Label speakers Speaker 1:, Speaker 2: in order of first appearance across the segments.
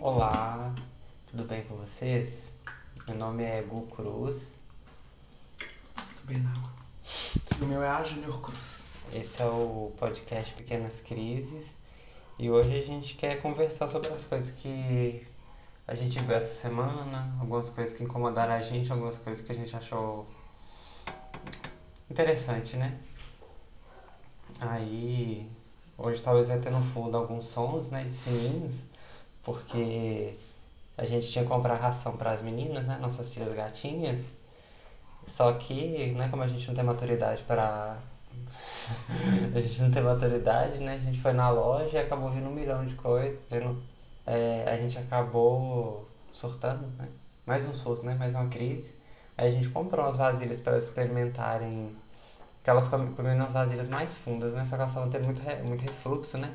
Speaker 1: Olá, tudo bem com vocês? Meu nome é Gu Cruz,
Speaker 2: Tudo bem, não. O meu é A Junior Cruz.
Speaker 1: esse é o podcast Pequenas Crises e hoje a gente quer conversar sobre as coisas que a gente viu essa semana, algumas coisas que incomodaram a gente, algumas coisas que a gente achou interessante, né? Aí, hoje talvez vai ter no fundo alguns sons, né, de sininhos, porque a gente tinha que comprar ração para as meninas, né, nossas filhas gatinhas. Só que, né, como a gente não tem maturidade para a gente não tem maturidade, né? A gente foi na loja e acabou vindo um milhão de coisas. vendo- é, a gente acabou surtando, né? Mais um surto, né? Mais uma crise. Aí a gente comprou umas vasilhas para experimentarem. Que elas com- comiam nas vasilhas mais fundas, né? Só que elas estavam tendo muito, re- muito refluxo, né?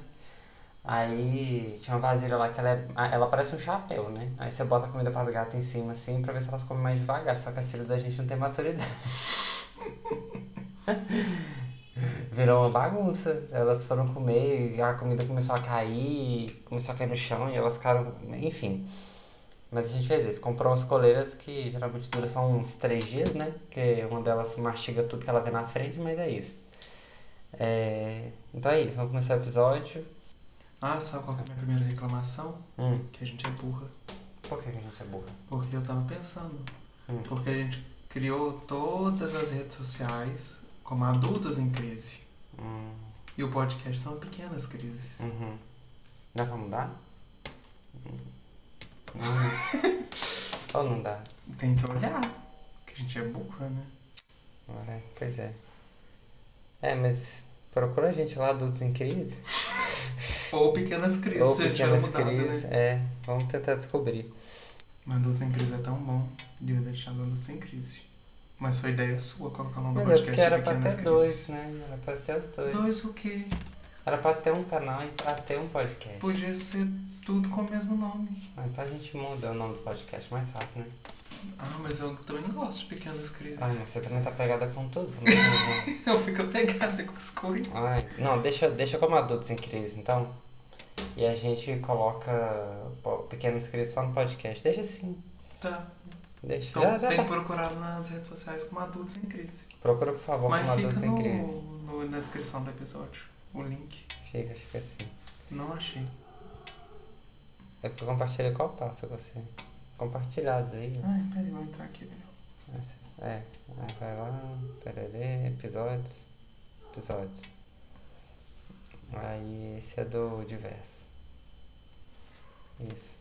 Speaker 1: Aí tinha uma vasilha lá que ela, é, ah, ela parece um chapéu, né? Aí você bota a comida pras gatas em cima, assim, pra ver se elas comem mais devagar. Só que as filhas da gente não tem maturidade. Virou uma bagunça. Elas foram comer e a comida começou a cair, começou a cair no chão e elas ficaram. Enfim. Mas a gente fez isso. Comprou umas coleiras que geralmente duram só uns três dias, né? Porque uma delas mastiga tudo que ela vê na frente, mas é isso. É, Então é isso. Vamos começar o episódio.
Speaker 2: Ah, sabe qual que é a minha primeira reclamação?
Speaker 1: Hum,
Speaker 2: Que a gente é burra.
Speaker 1: por que que a gente é burra?
Speaker 2: Porque eu tava pensando.
Speaker 1: Hum.
Speaker 2: Porque a gente criou todas as redes sociais como adultos em crise.
Speaker 1: Hum,
Speaker 2: E o podcast são pequenas crises.
Speaker 1: uhum. Dá pra mudar? Hum. Não. Ou não dá?
Speaker 2: Tem que olhar. Que a gente é burra, né?
Speaker 1: É, pois é. É, mas procura a gente lá, adultos em crise.
Speaker 2: Ou pequenas crises,
Speaker 1: Ou
Speaker 2: se a gente tiver
Speaker 1: pequenas
Speaker 2: mudado,
Speaker 1: crises.
Speaker 2: né?
Speaker 1: É, vamos tentar descobrir.
Speaker 2: Mas adultos em crise é tão bom. Devia deixar adultos em crise. Mas foi ideia sua colocar o nome
Speaker 1: Mas
Speaker 2: do
Speaker 1: é porque
Speaker 2: podcast
Speaker 1: era pra
Speaker 2: Pequenas
Speaker 1: ter dois, né? Era pra ter os dois.
Speaker 2: Crises. Dois o quê?
Speaker 1: Era pra ter um canal e pra ter um podcast.
Speaker 2: Podia ser tudo com o mesmo nome.
Speaker 1: Ah, Então a gente muda o nome do podcast, mais fácil, né?
Speaker 2: Ah, mas eu também gosto de pequenas crises.
Speaker 1: Ai, mas você também tá pegada com tudo. né?
Speaker 2: Eu fico pegada com as coisas.
Speaker 1: Ai, não, deixa, deixa como adultos em crise, então. E a gente coloca pô, pequenas crises só no podcast. Deixa assim.
Speaker 2: Tá.
Speaker 1: Deixa.
Speaker 2: Então
Speaker 1: já, já
Speaker 2: tem
Speaker 1: tá.
Speaker 2: que procurar nas redes sociais como adultos em crise.
Speaker 1: Procura, por favor,
Speaker 2: mas
Speaker 1: como adultos
Speaker 2: fica
Speaker 1: em crise.
Speaker 2: no, no- na descrição do episódio o link.
Speaker 1: Fica, fica assim.
Speaker 2: Não achei.
Speaker 1: Hum. É porque eu compartilhei qual passo com você. Compartilhados aí. ó.
Speaker 2: Ai, peraí, vou entrar aqui. melhor.
Speaker 1: Essa- É, aí vai lá, pererê, episódios, episódios. Aí esse é do diverso. Isso.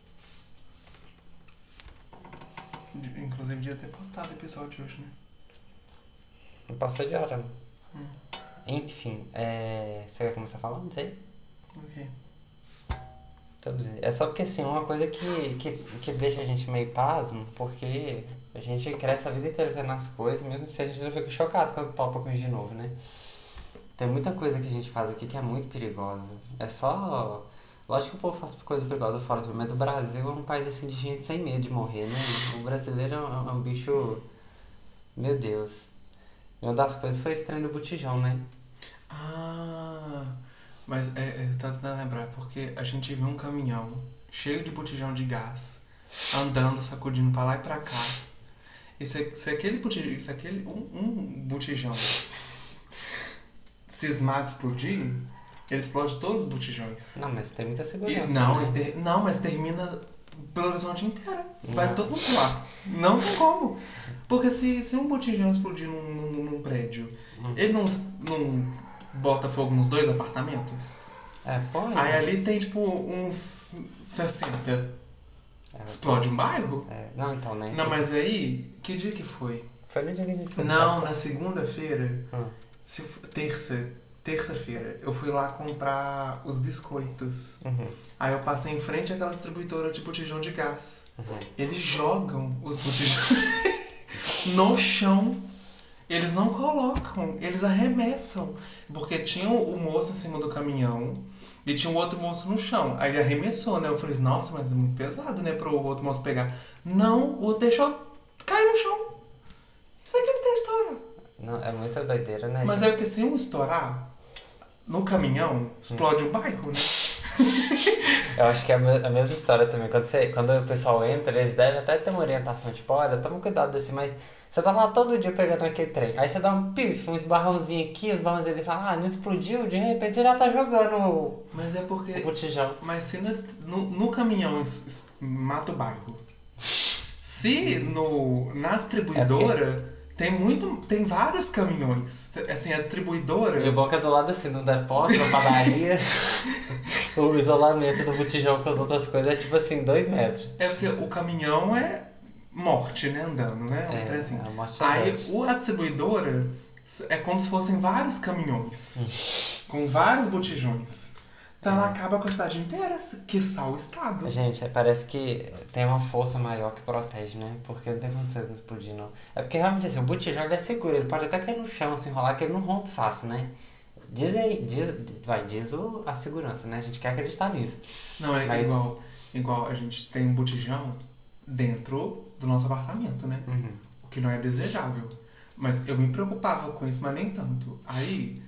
Speaker 2: De- Inclusive, devia ter postado o episódio hoje, né?
Speaker 1: Não passou de hora. né?
Speaker 2: Hum.
Speaker 1: Enfim, é... você quer começar falando? Não sei.
Speaker 2: Ok.
Speaker 1: Todos eles. É só porque assim, uma coisa que, que, que deixa a gente meio pasmo, porque a gente cresce a vida inteira vendo as coisas, mesmo se a gente não fica chocado quando topa com isso de novo, né? Tem muita coisa que a gente faz aqui que é muito perigosa. É só. Lógico que o povo faz coisa perigosa fora, mas o Brasil é um país assim de gente sem medo de morrer, né? O brasileiro é um, é um bicho. Meu Deus. E uma das coisas foi esse trem do botijão, né?
Speaker 2: Ah, mas é, é, tá tentando lembrar, porque a gente viu um caminhão cheio de botijão de gás andando, sacudindo pra lá e pra cá. E se, se aquele botijão, se aquele, um, um botijão cismado explodir, ele explode todos os botijões.
Speaker 1: Não, mas tem muita
Speaker 2: E
Speaker 1: segurança.
Speaker 2: não, e
Speaker 1: né?
Speaker 2: ter- não, mas termina Belo Horizonte inteira. Vai
Speaker 1: Não.
Speaker 2: todo mundo lá. Não tem como. Porque se, se um botijão explodir num, num- num prédio,
Speaker 1: Hum.
Speaker 2: ele não, não bota fogo nos dois apartamentos?
Speaker 1: É, pode.
Speaker 2: Aí ali tem tipo uns 60.
Speaker 1: É,
Speaker 2: Explode um bairro?
Speaker 1: É, não, então, né?
Speaker 2: Não, mas aí, que dia que foi?
Speaker 1: Foi no dia que a gente foi no
Speaker 2: Não,
Speaker 1: shopping.
Speaker 2: na segunda-feira,
Speaker 1: Ah,
Speaker 2: se f- terça, terça-feira, eu fui lá comprar os biscoitos.
Speaker 1: uhum,
Speaker 2: Aí eu passei em frente àquela distribuidora de botijão de gás.
Speaker 1: uhum.
Speaker 2: Eles jogam os botijões no chão. Eles não colocam, eles arremessam. Porque tinha o moço em cima do caminhão E tinha um outro moço no chão. Aí ele arremessou, né? Eu falei, nossa, mas é muito pesado, né? Para o outro moço pegar. Não, o outro deixou cair no chão. Isso aqui não tem história.
Speaker 1: Não, é muita doideira, né?
Speaker 2: Mas
Speaker 1: gente?
Speaker 2: é porque se um estourar no caminhão, explode o bairro, né?
Speaker 1: Eu acho que é a me- a mesma história também. Quando, você, quando o pessoal entra, eles devem até ter uma orientação, tipo, olha, toma cuidado desse, mas você tá lá todo dia pegando aquele trem. Aí você dá um pif, um esbarrãozinho aqui, os esbarrãozinho ali, fala, ah, não explodiu, de repente você já tá jogando o
Speaker 2: Mas é porque.
Speaker 1: o botijão.
Speaker 2: Mas se no, no, no caminhão es- es- mata o bairro. Se no, na
Speaker 1: É
Speaker 2: distribuidora tem muito. tem vários caminhões. Assim, a distribuidora.
Speaker 1: E o bom que é do lado assim, do depósito, da padaria, o isolamento do botijão com as outras coisas é tipo assim, dois metros.
Speaker 2: É porque o caminhão é morte, né? Andando, né? Um
Speaker 1: É,
Speaker 2: trem assim.
Speaker 1: é uma morte
Speaker 2: Aí
Speaker 1: andante.
Speaker 2: o, a distribuidora s- é como se fossem vários caminhões. com vários botijões. Então
Speaker 1: É.
Speaker 2: ela acaba com a cidade inteira, que sal o estado.
Speaker 1: Gente, é, parece que tem uma força maior que protege, né? Porque não tem condições de não explodir, não. É porque realmente assim, o botijão ele é seguro, ele pode até cair no chão, se enrolar, que ele não rompe fácil, né? Diz aí, diz, vai, diz o, a segurança, né? A gente quer acreditar nisso.
Speaker 2: Não, é
Speaker 1: Mas-
Speaker 2: igual, igual a gente tem um botijão dentro do nosso apartamento, né?
Speaker 1: Uhum.
Speaker 2: O que não é desejável. Mas eu me preocupava com isso, mas nem tanto. Aí,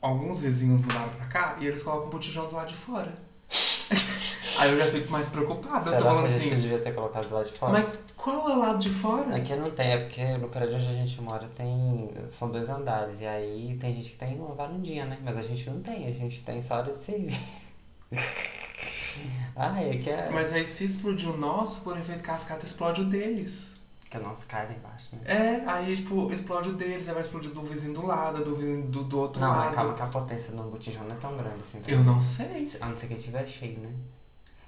Speaker 2: alguns vizinhos mudaram pra cá e eles colocam o botijão do lado de fora. Aí eu já fico mais preocupado. Eu
Speaker 1: Será
Speaker 2: tô
Speaker 1: que é
Speaker 2: falando
Speaker 1: a gente
Speaker 2: assim,
Speaker 1: devia ter colocado do lado de fora?
Speaker 2: mas qual é o lado de fora?
Speaker 1: Aqui não tem, é porque no prédio onde a gente mora tem. São dois andares, e aí tem gente que tem uma varandinha, né? Mas a gente não tem, a gente tem só área de servir. Ai, é que é.
Speaker 2: Mas aí se explodir o nosso, por efeito cascata, explode o deles.
Speaker 1: Que é nós cai lá embaixo, né?
Speaker 2: É, aí tipo, explode o deles, aí vai explodir do vizinho do lado, do vizinho do, do outro
Speaker 1: Não,
Speaker 2: lado.
Speaker 1: mas calma que a potência do botijão não é tão grande assim. tá?
Speaker 2: Eu não sei.
Speaker 1: A não ser que tiver cheio, né?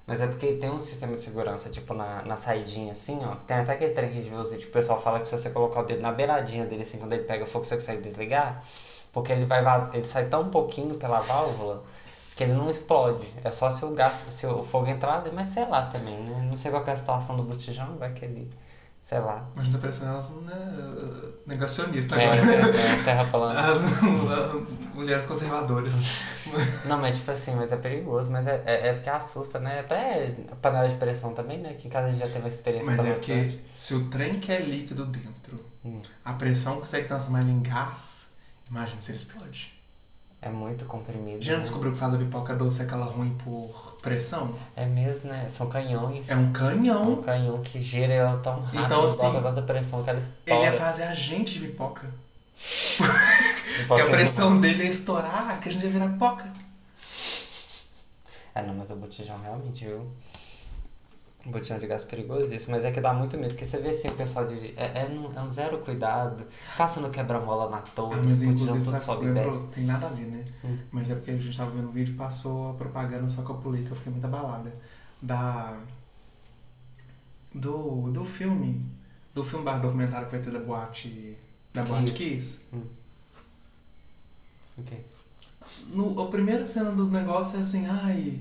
Speaker 1: Mas é porque tem um sistema de segurança, tipo, na, na saidinha, assim, ó. Tem até aquele trem que a gente usa, tipo, o pessoal fala que se você colocar o dedo na beiradinha dele, assim, quando ele pega fogo, você consegue desligar. Porque ele vai, va- ele sai tão pouquinho pela válvula que ele não explode. É só se o gás, se o fogo entrar, mas sei lá também, né? Não sei qual que é a situação do botijão, vai que ele, sei lá.
Speaker 2: Mas tá parecendo elas né, negacionistas
Speaker 1: É,
Speaker 2: agora. Ah,
Speaker 1: é, é, terra plana.
Speaker 2: As uh, mulheres conservadoras.
Speaker 1: Não, mas tipo assim, mas é perigoso, mas é, é, é porque assusta, né? Até a panela de pressão também, né? Que em casa a gente já teve uma experiência
Speaker 2: Mas é
Speaker 1: também,
Speaker 2: porque se o trem quer líquido dentro,
Speaker 1: Hum.
Speaker 2: a pressão consegue transformar ele em gás. Imagina se ele explode.
Speaker 1: É muito comprimido.
Speaker 2: Já não
Speaker 1: né?
Speaker 2: descobriu que faz a pipoca doce aquela ruim por pressão?
Speaker 1: É mesmo, né? São canhões.
Speaker 2: É um
Speaker 1: É um
Speaker 2: canhão.
Speaker 1: canhão que gira ela tão rápido,
Speaker 2: Então, assim,
Speaker 1: bota tanta pressão que ela
Speaker 2: Ele é
Speaker 1: estoura.
Speaker 2: ia fazer agente de pipoca.
Speaker 1: Tipo,
Speaker 2: Porque a
Speaker 1: aquele-
Speaker 2: pressão dele ia estourar, que a gente ia virar pipoca.
Speaker 1: Ah, não, mas o botijão realmente, viu? O botijão de gás é perigoso isso, mas é que dá muito medo, porque você vê assim o pessoal de. É, é um, é um zero cuidado, passa no quebra-mola na
Speaker 2: Ah,
Speaker 1: toa, os
Speaker 2: mas
Speaker 1: botijão
Speaker 2: inclusive,
Speaker 1: tudo
Speaker 2: sabe que
Speaker 1: sobe e desce.
Speaker 2: lembrou? Tem nada a ver, né?
Speaker 1: Hum.
Speaker 2: Mas é porque a gente tava vendo um vídeo e passou a propaganda, só que eu pulei, que eu fiquei muito abalada. Da. Do, do filme. Do filme barra documentário que vai ter da boate. Da
Speaker 1: Kiss.
Speaker 2: boate Kiss.
Speaker 1: Ok.
Speaker 2: No, a primeira cena do negócio é assim, ai.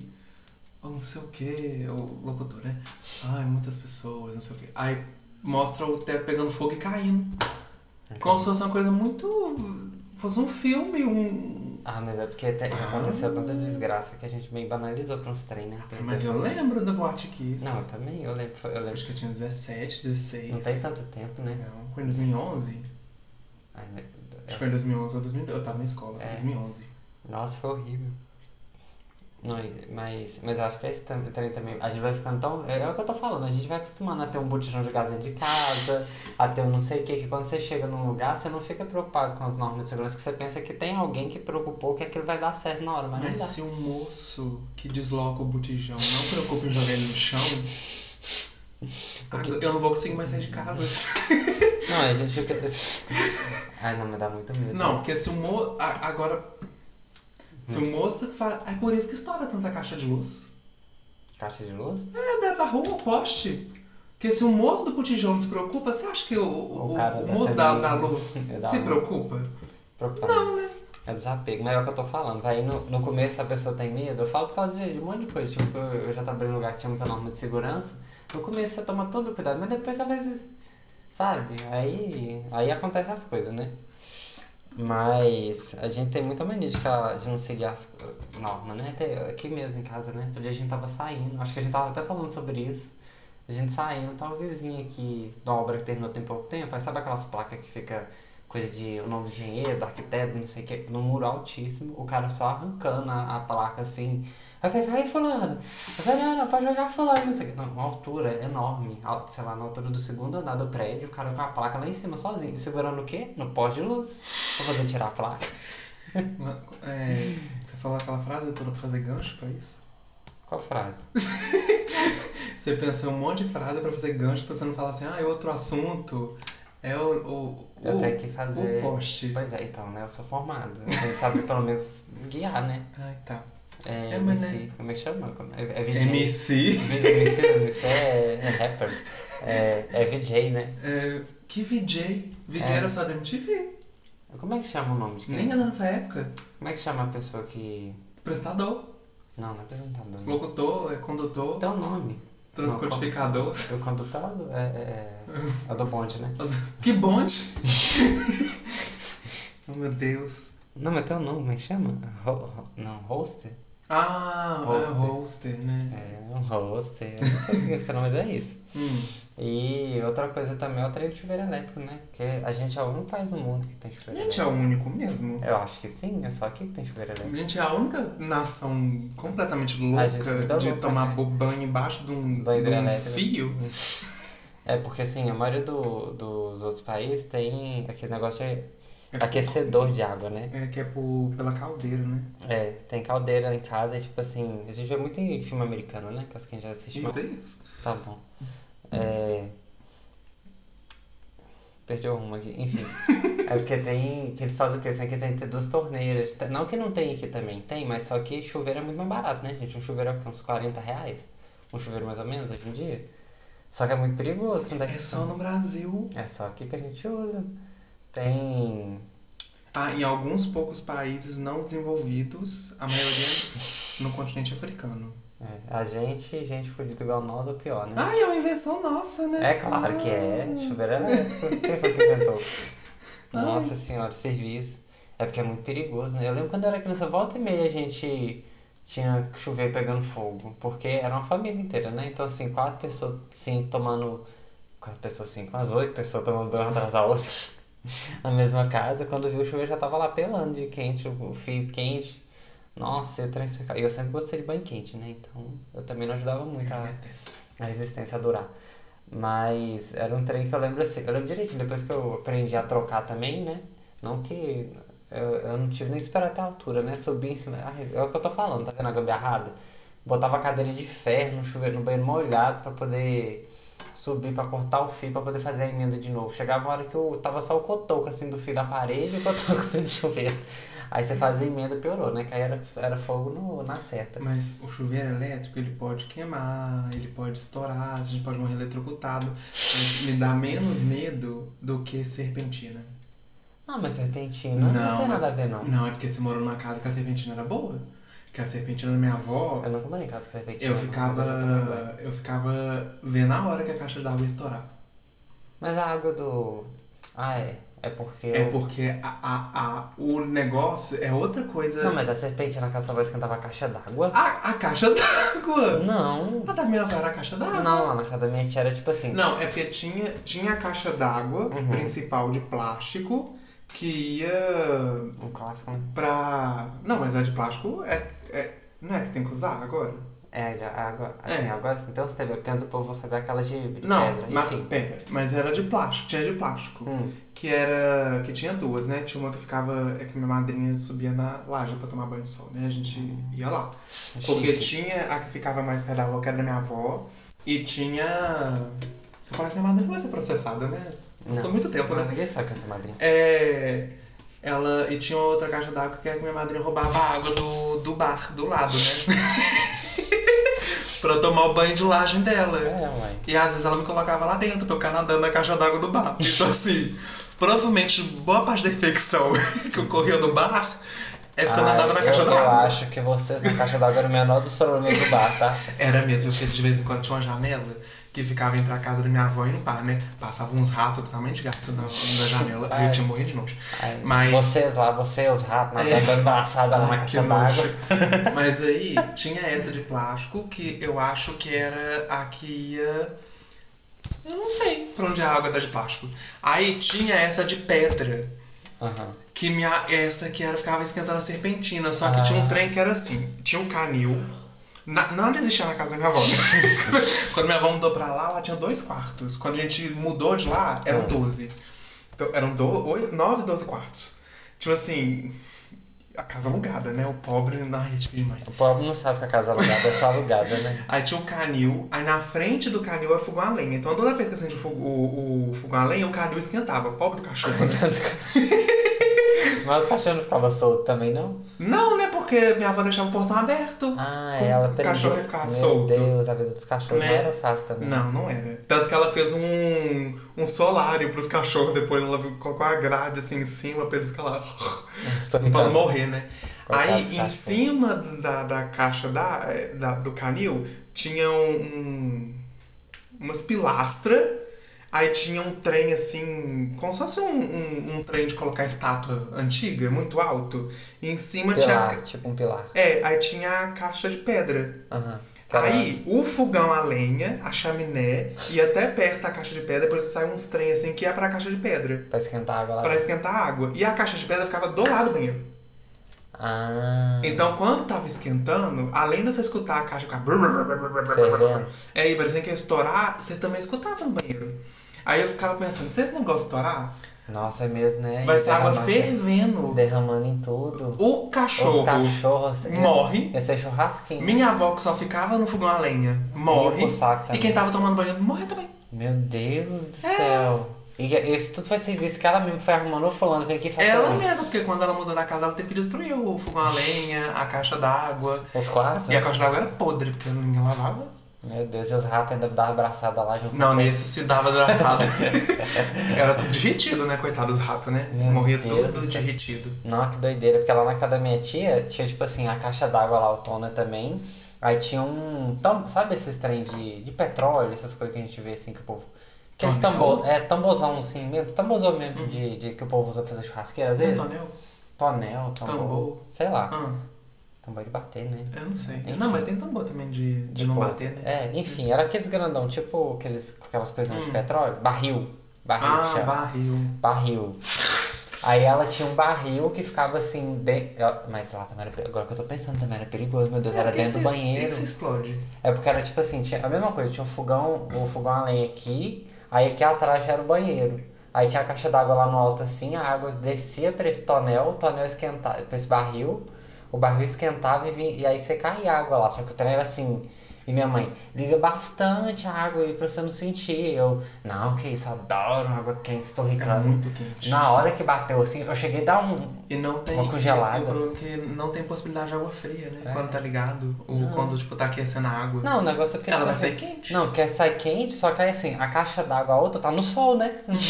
Speaker 2: eu Não sei o que, o locutor, né? Ai, muitas pessoas, não sei o que. Aí mostra o teto pegando fogo e caindo. Como se fosse uma coisa muito. Fosse um filme, um,
Speaker 1: Ah, mas é porque até- já aconteceu tanta desgraça que a gente meio banalizou pra uns trem, né? Tem
Speaker 2: Ah, Mas eu
Speaker 1: pessoas-
Speaker 2: lembro da Boate Kiss.
Speaker 1: Não, eu também, eu lembro, foi- eu lembro.
Speaker 2: Acho é que eu tinha 17, 16.
Speaker 1: Não tem tanto tempo, né?
Speaker 2: Não, foi em 2011. É.
Speaker 1: Ai, né? meu
Speaker 2: Acho que
Speaker 1: Deus.
Speaker 2: foi em 2011 ou 2012. Eu tava na escola, foi
Speaker 1: É.
Speaker 2: em 2011.
Speaker 1: Nossa, foi horrível. Não, e- mas, mas eu acho que é esse tam- trem também. A gente vai ficando tão. É, é o que eu tô falando, a gente vai acostumando a ter um botijão de gás dentro de casa, a ter um não sei o que, que quando você chega num lugar, você não fica preocupado com as normas de segurança, que você pensa que tem alguém que preocupou que aquilo vai dar certo na hora, mas,
Speaker 2: Mas
Speaker 1: não dá.
Speaker 2: se o moço que desloca o botijão não preocupa em jogar ele no chão. agora Eu não vou conseguir mais sair de casa.
Speaker 1: Não, a gente fica. Ai, não, me dá muito medo.
Speaker 2: Não, porque se o moço. Agora. Se o moço faz. É por isso que estoura tanta caixa de luz.
Speaker 1: Caixa de luz?
Speaker 2: É da, da rua, o poste. Porque se o moço do botijão não se preocupa, você acha que o, o,
Speaker 1: O
Speaker 2: o-
Speaker 1: cara
Speaker 2: o
Speaker 1: da
Speaker 2: moço da,
Speaker 1: TV
Speaker 2: da luz
Speaker 1: é da
Speaker 2: se
Speaker 1: luz.
Speaker 2: preocupa?
Speaker 1: Preocupante.
Speaker 2: Não, né?
Speaker 1: É desapego, mas é o que eu tô falando. Vai, no, no começo a pessoa tem medo, eu falo por causa de, de um monte de coisa. Tipo, eu, eu já trabalhei num lugar que tinha muita norma de segurança. No começo você toma todo cuidado, mas depois às vezes. Sabe? Aí. Aí acontecem as coisas, né? Mas a gente tem muita mania de, ficar- de não seguir as normas, né? Até aqui mesmo em casa, né? Outro dia a gente tava saindo, acho que a gente tava até falando sobre isso. A gente saindo, tá o vizinho aqui de uma obra que terminou tem pouco tempo, aí sabe aquelas placas que fica coisa de o nome do engenheiro, do arquiteto, não sei o que, num muro altíssimo, o cara só arrancando a, a placa assim. Aí vai aí fulano, fulano, pode jogar fulano, não sei o que. Não, uma altura enorme, al- sei lá, na altura do segundo andar do prédio, o cara com a placa lá em cima sozinho, segurando o quê? No poste de luz. Pra poder tirar a placa.
Speaker 2: Uma- é, você falou aquela frase toda pra fazer gancho pra isso?
Speaker 1: Qual frase?
Speaker 2: Você pensou um monte de frase pra fazer gancho pra você não falar assim, ah, é outro assunto. É o. o
Speaker 1: Eu
Speaker 2: o-
Speaker 1: tenho que fazer.
Speaker 2: O poste.
Speaker 1: Pois é, então, né? Eu sou formado. Eu tenho que saber pelo menos guiar, né?
Speaker 2: Ai, tá.
Speaker 1: É,
Speaker 2: É, mas,
Speaker 1: MC. Como é que chama? Como- É, é VJ.
Speaker 2: MC.
Speaker 1: MC, não, MC é, é rapper. É, é VJ, né?
Speaker 2: É, que VJ? VJ
Speaker 1: É.
Speaker 2: era só da MTV.
Speaker 1: Como é que chama o nome de quem?
Speaker 2: Nem é da nossa época.
Speaker 1: Como é que chama a pessoa que.
Speaker 2: Prestador,
Speaker 1: Não, não é apresentador. Né?
Speaker 2: locutor, é condutor,
Speaker 1: Tem um nome.
Speaker 2: transcodificador.
Speaker 1: O condutor é, é, é o do bonde, né?
Speaker 2: Que bonde! oh meu Deus.
Speaker 1: Não, mas tem um nome, como é que chama? Ho- ho- não, hoster?
Speaker 2: Ah, é
Speaker 1: Hoster.
Speaker 2: hoster, né?
Speaker 1: É, um hoster. Eu Não sei o que significa, não, mas é isso.
Speaker 2: Hum.
Speaker 1: E outra coisa também é o trem de chuveiro elétrico, né? Porque a gente é o único país do mundo que tem chuveiro
Speaker 2: Gente,
Speaker 1: elétrico.
Speaker 2: é o único mesmo.
Speaker 1: Eu acho que sim, é só aqui que tem chuveiro
Speaker 2: A
Speaker 1: elétrico.
Speaker 2: gente é a única nação completamente
Speaker 1: A gente é
Speaker 2: louca
Speaker 1: muito
Speaker 2: de
Speaker 1: louca,
Speaker 2: tomar
Speaker 1: né?
Speaker 2: bo- banho embaixo de um,
Speaker 1: Da
Speaker 2: de um
Speaker 1: hidrelétrica. Uhum.
Speaker 2: fio.
Speaker 1: É porque assim, a maioria do- dos outros países tem aquele negócio
Speaker 2: É
Speaker 1: de aquecedor de água, né?
Speaker 2: É, que é por, pela caldeira, né?
Speaker 1: É, tem caldeira em casa e tipo assim, a gente vê muito em filme americano, né? Que acho que a gente já assistiu.
Speaker 2: Não tem isso.
Speaker 1: Tá bom. É... Perdi o rumo aqui, enfim. É porque tem. Que eles fazem o quê? Assim, aqui tem que ter duas torneiras. Tá- Não que não tem aqui também, tem, mas só que chuveiro é muito mais barato, né, gente? Um chuveiro é o quê? uns 40 reais. Um chuveiro mais ou menos hoje em dia. Só que é muito perigoso, não dá
Speaker 2: É só no Brasil.
Speaker 1: É só aqui que a gente usa. Tem.
Speaker 2: Ah, em alguns poucos países não desenvolvidos, a maioria no continente africano.
Speaker 1: é, a gente, gente fodida igual nós, ou pior, né?
Speaker 2: Ah, é uma invenção nossa, né?
Speaker 1: É claro que é,
Speaker 2: Ah.
Speaker 1: chuveiro elétrico. Quem foi que inventou?
Speaker 2: Ai.
Speaker 1: Nossa senhora, serviço. É porque é muito perigoso, né? Eu lembro quando eu era criança, volta e meia a gente tinha chuveiro pegando fogo. Porque era uma família inteira, né? Então, assim, quatro pessoas, cinco tomando. Quatro pessoas, cinco, umas oito pessoas tomando banho atrás da outra. Na mesma casa, quando viu o chuveiro já tava lá pelando de quente, o fio quente. Nossa, eu transpirava. E eu sempre gostei de banho quente, né? Então eu também não ajudava muito a
Speaker 2: Detesto.
Speaker 1: a resistência a durar. Mas era um trem que eu lembro assim, eu lembro direitinho, depois que eu aprendi a trocar também, né? Não que eu, eu não tive nem que esperar até a altura, né? Subir em cima. Ai, é o que eu tô falando, tá vendo a gambiarrada? Botava a cadeira de ferro no chuveiro, no banheiro molhado pra poder subir, pra cortar o fio, pra poder fazer a emenda de novo. Chegava uma hora que eu tava só o cotoco assim do fio da parede e o cotoco assim do chuveiro. Aí você fazia a emenda, piorou, né? Que aí era, era fogo no, na seta.
Speaker 2: Tá, Mas o chuveiro elétrico, ele pode queimar, ele pode estourar, a gente pode morrer eletrocutado. Mas Me dá menos medo do que serpentina.
Speaker 1: Não, Ah, mas repentina não, tem nada a ver, não.
Speaker 2: Não, é porque você morou numa casa que a serpentina era boa. Que a serpentina da minha avó,
Speaker 1: Eu nunca morei em casa com serpentina.
Speaker 2: eu
Speaker 1: não,
Speaker 2: ficava.
Speaker 1: mas eu já tomei banho.
Speaker 2: Eu ficava vendo a hora que a caixa d'água ia estourar.
Speaker 1: Mas a água do. Ah, é. É porque.
Speaker 2: É
Speaker 1: eu-
Speaker 2: porque a, a, a, o negócio é outra coisa.
Speaker 1: Não, mas a serpentina na casa vai esquentar a caixa d'água.
Speaker 2: a, a caixa d'água!
Speaker 1: Não.
Speaker 2: A da minha avó era a caixa d'água.
Speaker 1: Não, lá na casa da minha tia era tipo assim.
Speaker 2: Não, é porque tinha, tinha a caixa d'água
Speaker 1: Uhum.
Speaker 2: principal de plástico que ia
Speaker 1: Um clássico, né?
Speaker 2: pra. Não, mas a de plástico é. é- Não é que tem que usar agora?
Speaker 1: É, já, a água. Assim,
Speaker 2: É.
Speaker 1: agora sim, tem uns TV, porque antes o povo vai fazer aquelas de, de
Speaker 2: Não,
Speaker 1: pedra.
Speaker 2: mas
Speaker 1: Enfim.
Speaker 2: pera, mas era de plástico, tinha de plástico.
Speaker 1: Hum,
Speaker 2: Que era. que tinha duas, né? Tinha uma que ficava. É que minha madrinha subia na laje pra tomar banho de sol, né? A gente ia lá. Porque
Speaker 1: É chique.
Speaker 2: tinha a que ficava mais perto da rua, que era da minha avó, e tinha. Você fala que minha madrinha não vai ser processada, né? Passou
Speaker 1: Não.
Speaker 2: muito tempo,
Speaker 1: Mas
Speaker 2: né?
Speaker 1: ninguém sabe que eu sou madrinha.
Speaker 2: É. Ela. E tinha outra caixa d'água que é que minha madrinha roubava a água do, do bar, do lado, né? pra tomar o banho de laje dela.
Speaker 1: É, mãe.
Speaker 2: E às vezes ela me colocava lá dentro pra eu ficar nadando na caixa d'água do bar. Então assim, provavelmente boa parte da infecção que ocorria no bar é porque eu nadava na caixa
Speaker 1: Ah, eu,
Speaker 2: d'água.
Speaker 1: eu acho que vocês na caixa d'água eram o menor dos problemas do bar, tá?
Speaker 2: Era mesmo, eu cheguei de vez em quando tinha uma janela que ficava entre a casa da minha avó e no par, né? Passavam uns ratos totalmente gatos na, na janela e
Speaker 1: Ai.
Speaker 2: eu tinha morrido de nojo.
Speaker 1: Ai,
Speaker 2: Mas-
Speaker 1: Vocês lá, vocês, os ratos, né,
Speaker 2: É.
Speaker 1: na tela embaçada lá na
Speaker 2: Ai, que
Speaker 1: caixa
Speaker 2: nojo.
Speaker 1: d'água.
Speaker 2: Mas aí tinha essa de plástico que eu acho que era a que ia. Eu não sei pra onde a água tá de plástico. Aí tinha essa de pedra.
Speaker 1: Aham.
Speaker 2: Que minha, essa que era, ficava esquentando a serpentina. Só que
Speaker 1: Ah.
Speaker 2: tinha um trem que era assim: tinha um canil. Na, não ainda existia na casa da minha avó. né? Quando minha avó mudou pra lá, lá tinha dois quartos. Quando a gente mudou de lá, eram
Speaker 1: Ah.
Speaker 2: 12. Então, eram do, oito, 9, 12 quartos. Tipo assim, a casa alugada, né? O pobre na rede demais.
Speaker 1: O pobre não sabe que a casa é alugada, é só alugada, né?
Speaker 2: Aí tinha o canil, aí na frente do canil era o fogão a lenha. Então toda vez que acendia o, fogo- o, o fogão a lenha, o canil esquentava. Pobre do cachorro. né?
Speaker 1: tá Mas os cachorros não ficavam soltos também, não?
Speaker 2: Não, né? Porque minha avó deixava o portão aberto.
Speaker 1: Ah,
Speaker 2: Com-
Speaker 1: ela
Speaker 2: o
Speaker 1: pegou.
Speaker 2: cachorro ia ficar
Speaker 1: Meu
Speaker 2: solto.
Speaker 1: Deus, a vida dos cachorros
Speaker 2: Né?
Speaker 1: não era fácil também.
Speaker 2: Não, não era. Tanto que ela fez um, um solário pros cachorros, depois ela colocou a grade assim em cima pra eles ficarem
Speaker 1: Estou
Speaker 2: pra não
Speaker 1: brincando.
Speaker 2: morrer, né?
Speaker 1: Coitado dos
Speaker 2: Aí em
Speaker 1: cachorros.
Speaker 2: cima da, da caixa da, da- do canil tinha um, umas pilastras, aí tinha um trem assim, como se fosse um, um, um trem de colocar estátua antiga, muito alto. E em cima
Speaker 1: Pilar,
Speaker 2: tinha.
Speaker 1: tipo um pilar.
Speaker 2: É, aí tinha a caixa de pedra.
Speaker 1: Aham.
Speaker 2: Aí, o fogão a lenha, a chaminé e até perto da caixa de pedra, depois sai uns trem assim que é pra caixa de pedra,
Speaker 1: Pra esquentar a água lá.
Speaker 2: pra esquentar a água. E a caixa de pedra ficava do lado do banheiro.
Speaker 1: Ah.
Speaker 2: Então, quando tava esquentando, além de você escutar a caixa ficar brr, brr, brr, brr, brr, brr, brr,
Speaker 1: Fervendo.
Speaker 2: é, e parecia que ia estourar, você também escutava no banheiro. Aí eu ficava pensando, se esse negócio estourar,
Speaker 1: Nossa, é mesmo, né?
Speaker 2: vai
Speaker 1: E
Speaker 2: ser água
Speaker 1: derramando-
Speaker 2: fervendo.
Speaker 1: Derramando em tudo.
Speaker 2: O
Speaker 1: Os
Speaker 2: cachorro
Speaker 1: cachorros.
Speaker 2: morre.
Speaker 1: Ia ser churrasquinho.
Speaker 2: Minha avó que só ficava no fogão a lenha
Speaker 1: E
Speaker 2: morre.
Speaker 1: o saco
Speaker 2: E
Speaker 1: também.
Speaker 2: quem tava tomando banho morre também.
Speaker 1: Meu Deus do céu. E e isso tudo foi serviço que ela mesmo foi arrumando ou falando que aqui faz pra
Speaker 2: Ela
Speaker 1: mim.
Speaker 2: mesma, porque quando ela mudou da casa, ela teve que destruir o fogão a lenha, a caixa d'água.
Speaker 1: Os quatro?
Speaker 2: E a caixa d'água era podre, porque ninguém lavava.
Speaker 1: Meu Deus, e os ratos ainda davam abraçada lá junto.
Speaker 2: Não, nesse se dava engraçado. era tudo derretido, né? Coitado dos ratos, né?
Speaker 1: Meu
Speaker 2: Morria
Speaker 1: Deus
Speaker 2: todo
Speaker 1: do céu.
Speaker 2: derretido.
Speaker 1: Não, que doideira, porque lá na casa da minha tia tinha, tipo assim, a caixa d'água lá, autona também. Aí tinha um. tam- sabe esses trem de, de petróleo, essas coisas que a gente vê assim que o povo. Aqueles
Speaker 2: Tonel?
Speaker 1: tambor. É, tamborzão assim mesmo, tamborzão mesmo
Speaker 2: Uhum.
Speaker 1: de, de- que o povo usa pra fazer churrasqueira às vezes.
Speaker 2: Antonel?
Speaker 1: Tonel, tambor.
Speaker 2: é Tambor.
Speaker 1: Sei lá.
Speaker 2: Ah,
Speaker 1: Tambor de bater, né?
Speaker 2: eu não sei.
Speaker 1: Enfim.
Speaker 2: Não, mas tem tambor também de, de, não
Speaker 1: coisa.
Speaker 2: bater, né?
Speaker 1: É, enfim, era aqueles grandão, tipo aqueles, com aquelas coisinhas de
Speaker 2: Hum.
Speaker 1: petróleo. Barril. É, Barril que
Speaker 2: Ah,
Speaker 1: chama.
Speaker 2: barril.
Speaker 1: Barril. Aí ela tinha um barril que ficava assim. De... ela- Mas lá também era. pe- Agora que eu tô pensando também era perigoso, meu Deus,
Speaker 2: É,
Speaker 1: era
Speaker 2: por que
Speaker 1: dentro do
Speaker 2: que se- por que que
Speaker 1: banheiro.
Speaker 2: se explode.
Speaker 1: É porque era tipo assim, tinha a mesma coisa, tinha um fogão, um fogão a lenha aqui, aí aqui atrás já era o banheiro. Aí tinha a caixa d'água lá no alto assim, a água descia pra esse tonel, o tonel esquentava, pra esse barril, o barril esquentava e, vinha, e aí você caía a água lá. Só que o trem era assim. E minha mãe, liga bastante a água aí pra você não sentir. Eu, não, que isso, adoro água quente, estou
Speaker 2: É
Speaker 1: ricando.
Speaker 2: muito quente.
Speaker 1: Na hora que bateu assim, eu cheguei a dar um.
Speaker 2: E não tem.
Speaker 1: Uma congelada.
Speaker 2: e o problema é que não tem possibilidade de água fria, né?
Speaker 1: É.
Speaker 2: Quando tá ligado. Ou
Speaker 1: Não.
Speaker 2: quando, tipo, tá aquecendo a água.
Speaker 1: Não, o negócio é porque.
Speaker 2: Ela vai
Speaker 1: assim,
Speaker 2: ser quente.
Speaker 1: Não, porque sai quente, só que aí assim, a caixa d'água, a outra tá no sol, né?
Speaker 2: Uhum.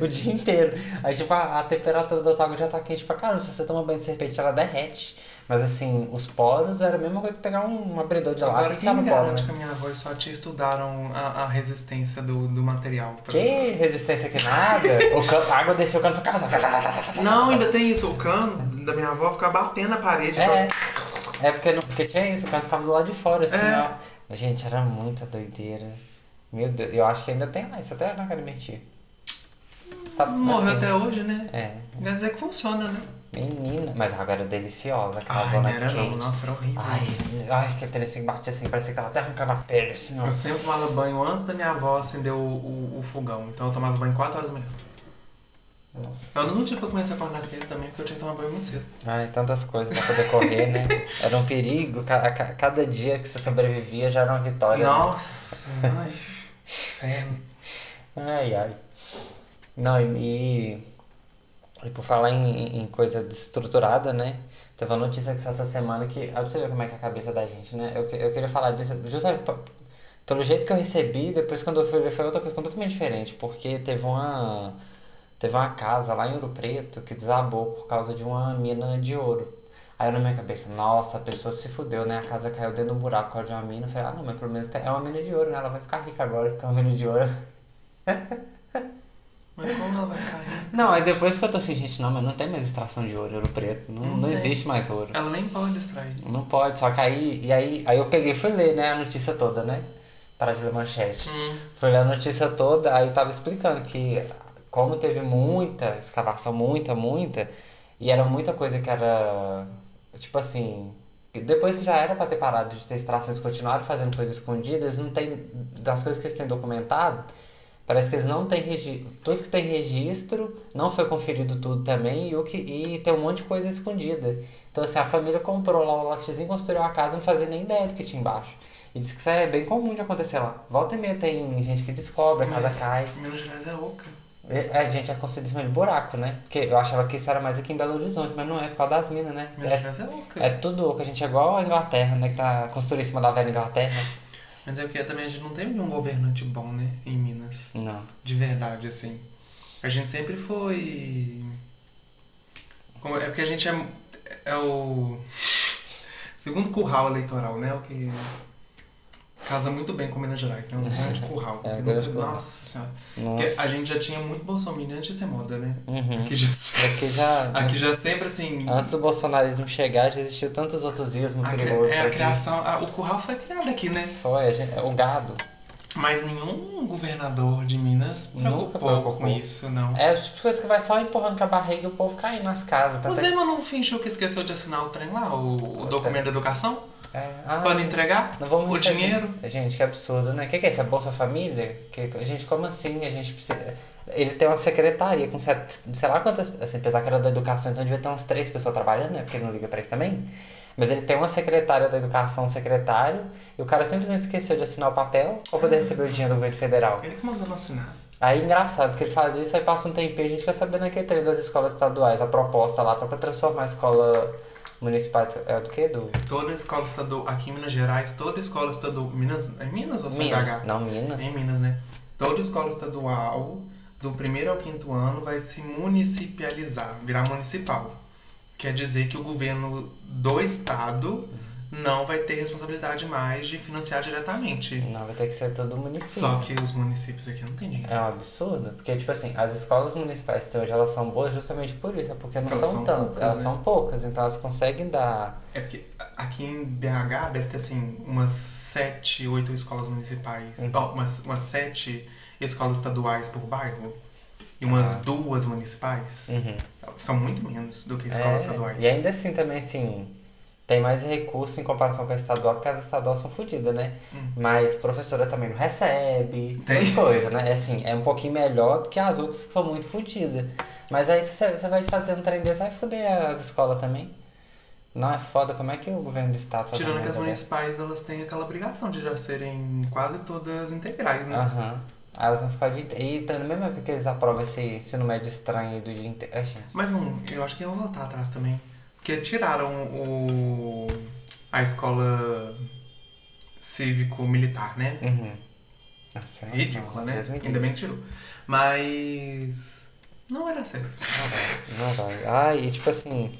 Speaker 1: o dia inteiro. Aí, tipo, a, a temperatura da tua água já tá quente pra caramba. Se você toma banho de serpente, ela derrete. Mas assim, os poros era a mesma coisa que pegar um, um abridor de lata
Speaker 2: Agora,
Speaker 1: e ficar
Speaker 2: quem me
Speaker 1: no poro,
Speaker 2: garante
Speaker 1: né?
Speaker 2: que a minha avó e sua tia estudaram a, a resistência do, do material? pra-
Speaker 1: Que resistência que nada. o cano, a água desceu o cano ficava só.
Speaker 2: Não, ainda tem isso. O cano da minha avó ficava batendo a parede.
Speaker 1: É. É porque, não, porque tinha isso, o cara ficava do lado de fora, assim,
Speaker 2: É.
Speaker 1: ó. Gente, era muita doideira. Meu Deus, eu acho que ainda tem lá, isso até na cara mentir. Tá,
Speaker 2: Hum, Morreu
Speaker 1: assim,
Speaker 2: até hoje, né?
Speaker 1: É,
Speaker 2: Quer dizer que funciona, né?
Speaker 1: menina. Mas a água era deliciosa, aquela
Speaker 2: Ai, não
Speaker 1: dona
Speaker 2: era
Speaker 1: é quente.
Speaker 2: não. Nossa, era horrível.
Speaker 1: Ai, ai, que aquele assim batia assim, parecia que ela até arrancando a pele, assim, ó.
Speaker 2: Eu sempre tomava banho antes da minha avó acender o, o, o fogão. Então eu tomava banho 4 horas da manhã.
Speaker 1: Nossa.
Speaker 2: Eu não tinha que eu comecei a acordar cedo também, porque eu tinha que tomar banho muito cedo.
Speaker 1: Ai, tantas coisas pra poder correr, né? Era um perigo, ca- a ca- cada dia que você sobrevivia já era uma vitória. né?
Speaker 2: Nossa, ai, inferno.
Speaker 1: Ai, ai. Não, e, e- e por falar em, em coisa desestruturada, né? Teve uma notícia que saiu essa semana que. Olha pra você ver como é que é a cabeça da gente, né? Eu, que- eu queria falar disso justamente pa- pelo jeito que eu recebi, depois quando eu fui ver foi outra coisa completamente diferente, porque teve uma. Teve uma casa lá em Ouro Preto que desabou por causa de uma mina de ouro. Aí na minha cabeça, nossa, a pessoa se fudeu, né? A casa caiu dentro do buraco por causa de uma mina. Eu falei, ah, não, mas pelo menos é uma mina de ouro, né? Ela vai ficar rica agora porque é uma mina de ouro.
Speaker 2: Mas como ela vai cair?
Speaker 1: Não, aí depois que eu tô assim, gente, não, mas não tem mais extração de ouro, ouro preto. Não,
Speaker 2: Não
Speaker 1: não
Speaker 2: tem.
Speaker 1: existe mais ouro.
Speaker 2: Ela nem pode extrair.
Speaker 1: Não pode, só que aí, e aí, aí eu peguei e fui ler, né, a notícia toda, né? Para de ler manchete.
Speaker 2: Hum,
Speaker 1: Fui ler a notícia toda, aí tava explicando que como teve muita escavação, muita, muita, e era muita coisa que era, tipo assim, que depois que já era pra ter parado de ter extração, eles continuaram fazendo coisas escondidas, não tem, das coisas que eles têm documentado, parece que eles não têm registro, tudo que tem registro, não foi conferido tudo também, e, o que, e tem um monte de coisa escondida. Então assim, a família comprou lá o lotezinho, construiu a casa, não fazia nem ideia do que tinha embaixo. E diz que isso é bem comum de acontecer lá. Volta e meia tem gente que descobre, a casa
Speaker 2: mas
Speaker 1: cai.
Speaker 2: Minas Gerais é oca.
Speaker 1: E- A gente é construído em cima de buraco, né? Porque eu achava que isso era mais aqui em Belo Horizonte, mas não é por causa das minas, né?
Speaker 2: Minas
Speaker 1: É,
Speaker 2: Gerais é oca.
Speaker 1: é tudo oco, a gente é igual a Inglaterra, né? Que tá construído em cima da velha Inglaterra.
Speaker 2: Mas é porque também a gente não teve nenhum governante bom, né? Em Minas.
Speaker 1: Não.
Speaker 2: De verdade, assim. A gente sempre foi. Como- É porque a gente é. É o. Segundo curral eleitoral, né? O que. Casa muito bem com Minas Gerais, né? Um grande curral.
Speaker 1: É,
Speaker 2: que
Speaker 1: um grande
Speaker 2: nunca-
Speaker 1: curral.
Speaker 2: Nossa senhora. Porque
Speaker 1: Nossa.
Speaker 2: a gente já tinha muito bolsominion antes de ser moda, né?
Speaker 1: Uhum.
Speaker 2: Aqui já,
Speaker 1: Aqui já.
Speaker 2: aqui já sempre assim.
Speaker 1: É. Antes do bolsonarismo chegar, já existiu tantos outros ismos
Speaker 2: a cri-
Speaker 1: perigosos.
Speaker 2: é a
Speaker 1: aqui.
Speaker 2: criação. a- o curral foi criado aqui, né?
Speaker 1: Foi, a gente- o gado.
Speaker 2: Mas nenhum governador de Minas
Speaker 1: Nunca
Speaker 2: preocupou,
Speaker 1: preocupou.
Speaker 2: com isso, não.
Speaker 1: É o tipo de coisa que vai só empurrando com a barriga e o povo caindo nas casas. Tá
Speaker 2: O
Speaker 1: até-
Speaker 2: Zema não fingiu um que esqueceu de assinar o trem lá, o, o documento da educação?
Speaker 1: É, ah,
Speaker 2: Para entregar?
Speaker 1: Não vamos
Speaker 2: o
Speaker 1: receber.
Speaker 2: dinheiro?
Speaker 1: Gente, que absurdo, né? O que, que é isso? É Bolsa Família? Que, gente, como assim? A gente precisa. Ele tem uma secretaria com set- sei lá quantas. Assim, apesar que era da educação, então devia ter umas três pessoas trabalhando, né? Porque ele não liga pra isso também. Mas ele tem uma secretária da educação, um secretário, e o cara simplesmente esqueceu de assinar o papel pra poder receber o dinheiro do governo federal.
Speaker 2: Ele que mandou não assinar.
Speaker 1: Aí é engraçado, que ele faz isso, aí passa um tempinho, a gente quer saber naquele treino das escolas estaduais, a proposta lá pra transformar a escola municipal. É do quê? Do.
Speaker 2: Toda escola estadual, aqui em Minas Gerais, toda escola estadual. Minas, é Minas ou
Speaker 1: Minas.
Speaker 2: CH?
Speaker 1: Não, Minas.
Speaker 2: Em Minas, né? Toda escola estadual, do primeiro ao quinto ano, vai se municipalizar, virar municipal. Quer dizer que o governo do estado
Speaker 1: Uhum.
Speaker 2: não vai ter responsabilidade mais de financiar diretamente.
Speaker 1: Não, vai ter que ser todo município.
Speaker 2: Só que os municípios aqui não tem dinheiro.
Speaker 1: É um absurdo, porque, tipo assim, as escolas municipais que hoje elas são boas justamente por isso, é porque não
Speaker 2: Elas
Speaker 1: são,
Speaker 2: são
Speaker 1: tantas,
Speaker 2: poucas,
Speaker 1: elas
Speaker 2: né?
Speaker 1: são poucas, então elas conseguem dar.
Speaker 2: É porque aqui em BH deve ter assim umas sete, oito escolas municipais,
Speaker 1: Uhum.
Speaker 2: ó, umas, umas sete escolas estaduais por bairro e umas
Speaker 1: Ah.
Speaker 2: duas municipais. São muito menos do que escolas
Speaker 1: É,
Speaker 2: estaduais.
Speaker 1: E ainda assim, também, assim, tem mais recurso em comparação com a estadual, porque as estaduais são fodidas, né?
Speaker 2: Hum.
Speaker 1: Mas professora também não recebe,
Speaker 2: Tem.
Speaker 1: tem coisa, né? É Assim, é um pouquinho melhor do que as outras que são muito fodidas. Mas aí você você vai fazendo trem desse, vai foder as escolas também. Não é foda, como é que o governo do estado faz uma
Speaker 2: Tirando que as
Speaker 1: merda dessa?
Speaker 2: municipais elas têm aquela obrigação de já serem quase todas integrais, né?
Speaker 1: Aham. Aí elas vão ficar o dia inteiro. E também mesmo é porque eles aprovam esse ensino médio estranho do dia inteiro. Ai, gente.
Speaker 2: Mas não, eu acho que eu vou voltar atrás também. Porque tiraram o a escola cívico-militar, né?
Speaker 1: Uhum. Nossa, nossa,
Speaker 2: Ridícula, né?
Speaker 1: Deus me livre.
Speaker 2: Ainda bem que tirou. Mas. Não era sério.
Speaker 1: Não vai. Ai, e tipo assim.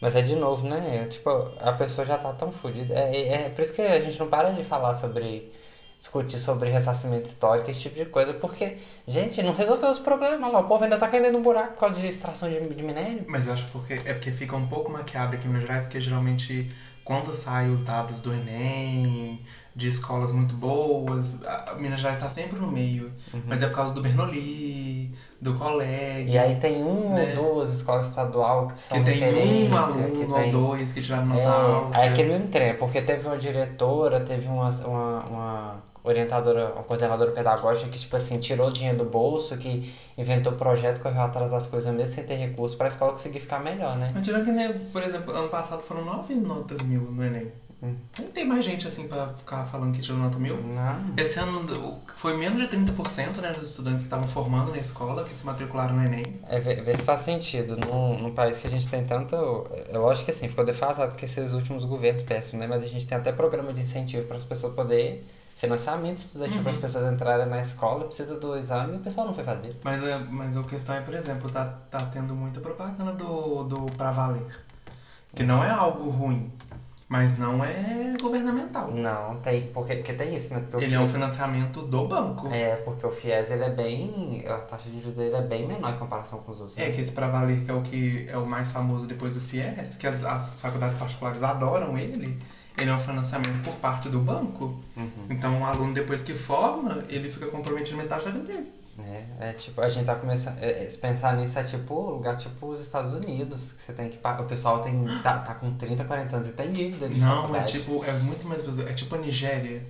Speaker 1: Mas é de novo, né? Tipo, a pessoa já tá tão fodida. É, é, é por isso que a gente não para de falar sobre. Discutir sobre ressarcimento histórico, esse tipo de coisa, porque, gente, não resolveu os problemas lá. O povo ainda tá caindo no buraco por causa de extração de, de minério.
Speaker 2: Mas eu acho porque é porque fica um pouco maquiado aqui em Minas Gerais, porque geralmente quando saem os dados do Enem, de escolas muito boas, a Minas Gerais tá sempre no meio.
Speaker 1: Uhum.
Speaker 2: Mas é por causa do Bernoulli, do
Speaker 1: E
Speaker 2: colega,
Speaker 1: aí tem um
Speaker 2: Né?
Speaker 1: ou duas escolas estaduais que são
Speaker 2: que tem um
Speaker 1: referência,
Speaker 2: aluno
Speaker 1: que
Speaker 2: ou
Speaker 1: tem-
Speaker 2: dois que tiraram nota alta.
Speaker 1: É, é aquele mesmo trem, é porque teve uma diretora, teve uma, uma, uma orientadora, uma coordenadora pedagógica que, tipo assim, tirou o dinheiro do bolso, que inventou projeto, correu atrás das coisas mesmo sem ter recurso pra escola conseguir ficar melhor, né?
Speaker 2: Mas tirando que, né, por exemplo, ano passado foram nove notas mil no Enem.
Speaker 1: Hum.
Speaker 2: Não tem mais gente assim pra ficar falando que tirou nota mil.
Speaker 1: Não.
Speaker 2: Esse ano o- foi menos de 30% né, dos estudantes que estavam formando na escola, que se matricularam no Enem.
Speaker 1: É, vê, vê se faz sentido. Num, num país que a gente tem tanto. É lógico que assim, ficou defasado porque esses últimos governos péssimos, né? Mas a gente tem até programa de incentivo para as pessoas poderem. Financiamento estudantil para as pessoas entrarem na escola, precisa do exame e o pessoal não foi fazer.
Speaker 2: Mas, é, mas a questão é, por exemplo, tá, tá tendo muita propaganda do, do Pra Valer. Que não é algo ruim, mas não é governamental.
Speaker 1: Não, tem. Porque, porque tem isso, né? Porque o
Speaker 2: Ele é um financiamento do banco.
Speaker 1: É, porque o FIES ele é bem. A taxa de juros dele é bem menor em comparação com os outros.
Speaker 2: É
Speaker 1: né?
Speaker 2: que esse Pra Valer, que é o que é o mais famoso depois do FIES, que as, as faculdades particulares adoram ele, ele é um financiamento por parte do banco.
Speaker 1: Uhum.
Speaker 2: Então o aluno depois que forma, ele fica comprometido metade da vida dele.
Speaker 1: É, é tipo, a gente tá começando. é, é, se pensar nisso é tipo lugar tipo os Estados Unidos, que você tem que pagar. O pessoal tem, tá, tá com 30, 40 anos e tem dívida de
Speaker 2: Não, é
Speaker 1: faculdade.
Speaker 2: tipo, é muito mais brasileiro. É tipo a Nigéria.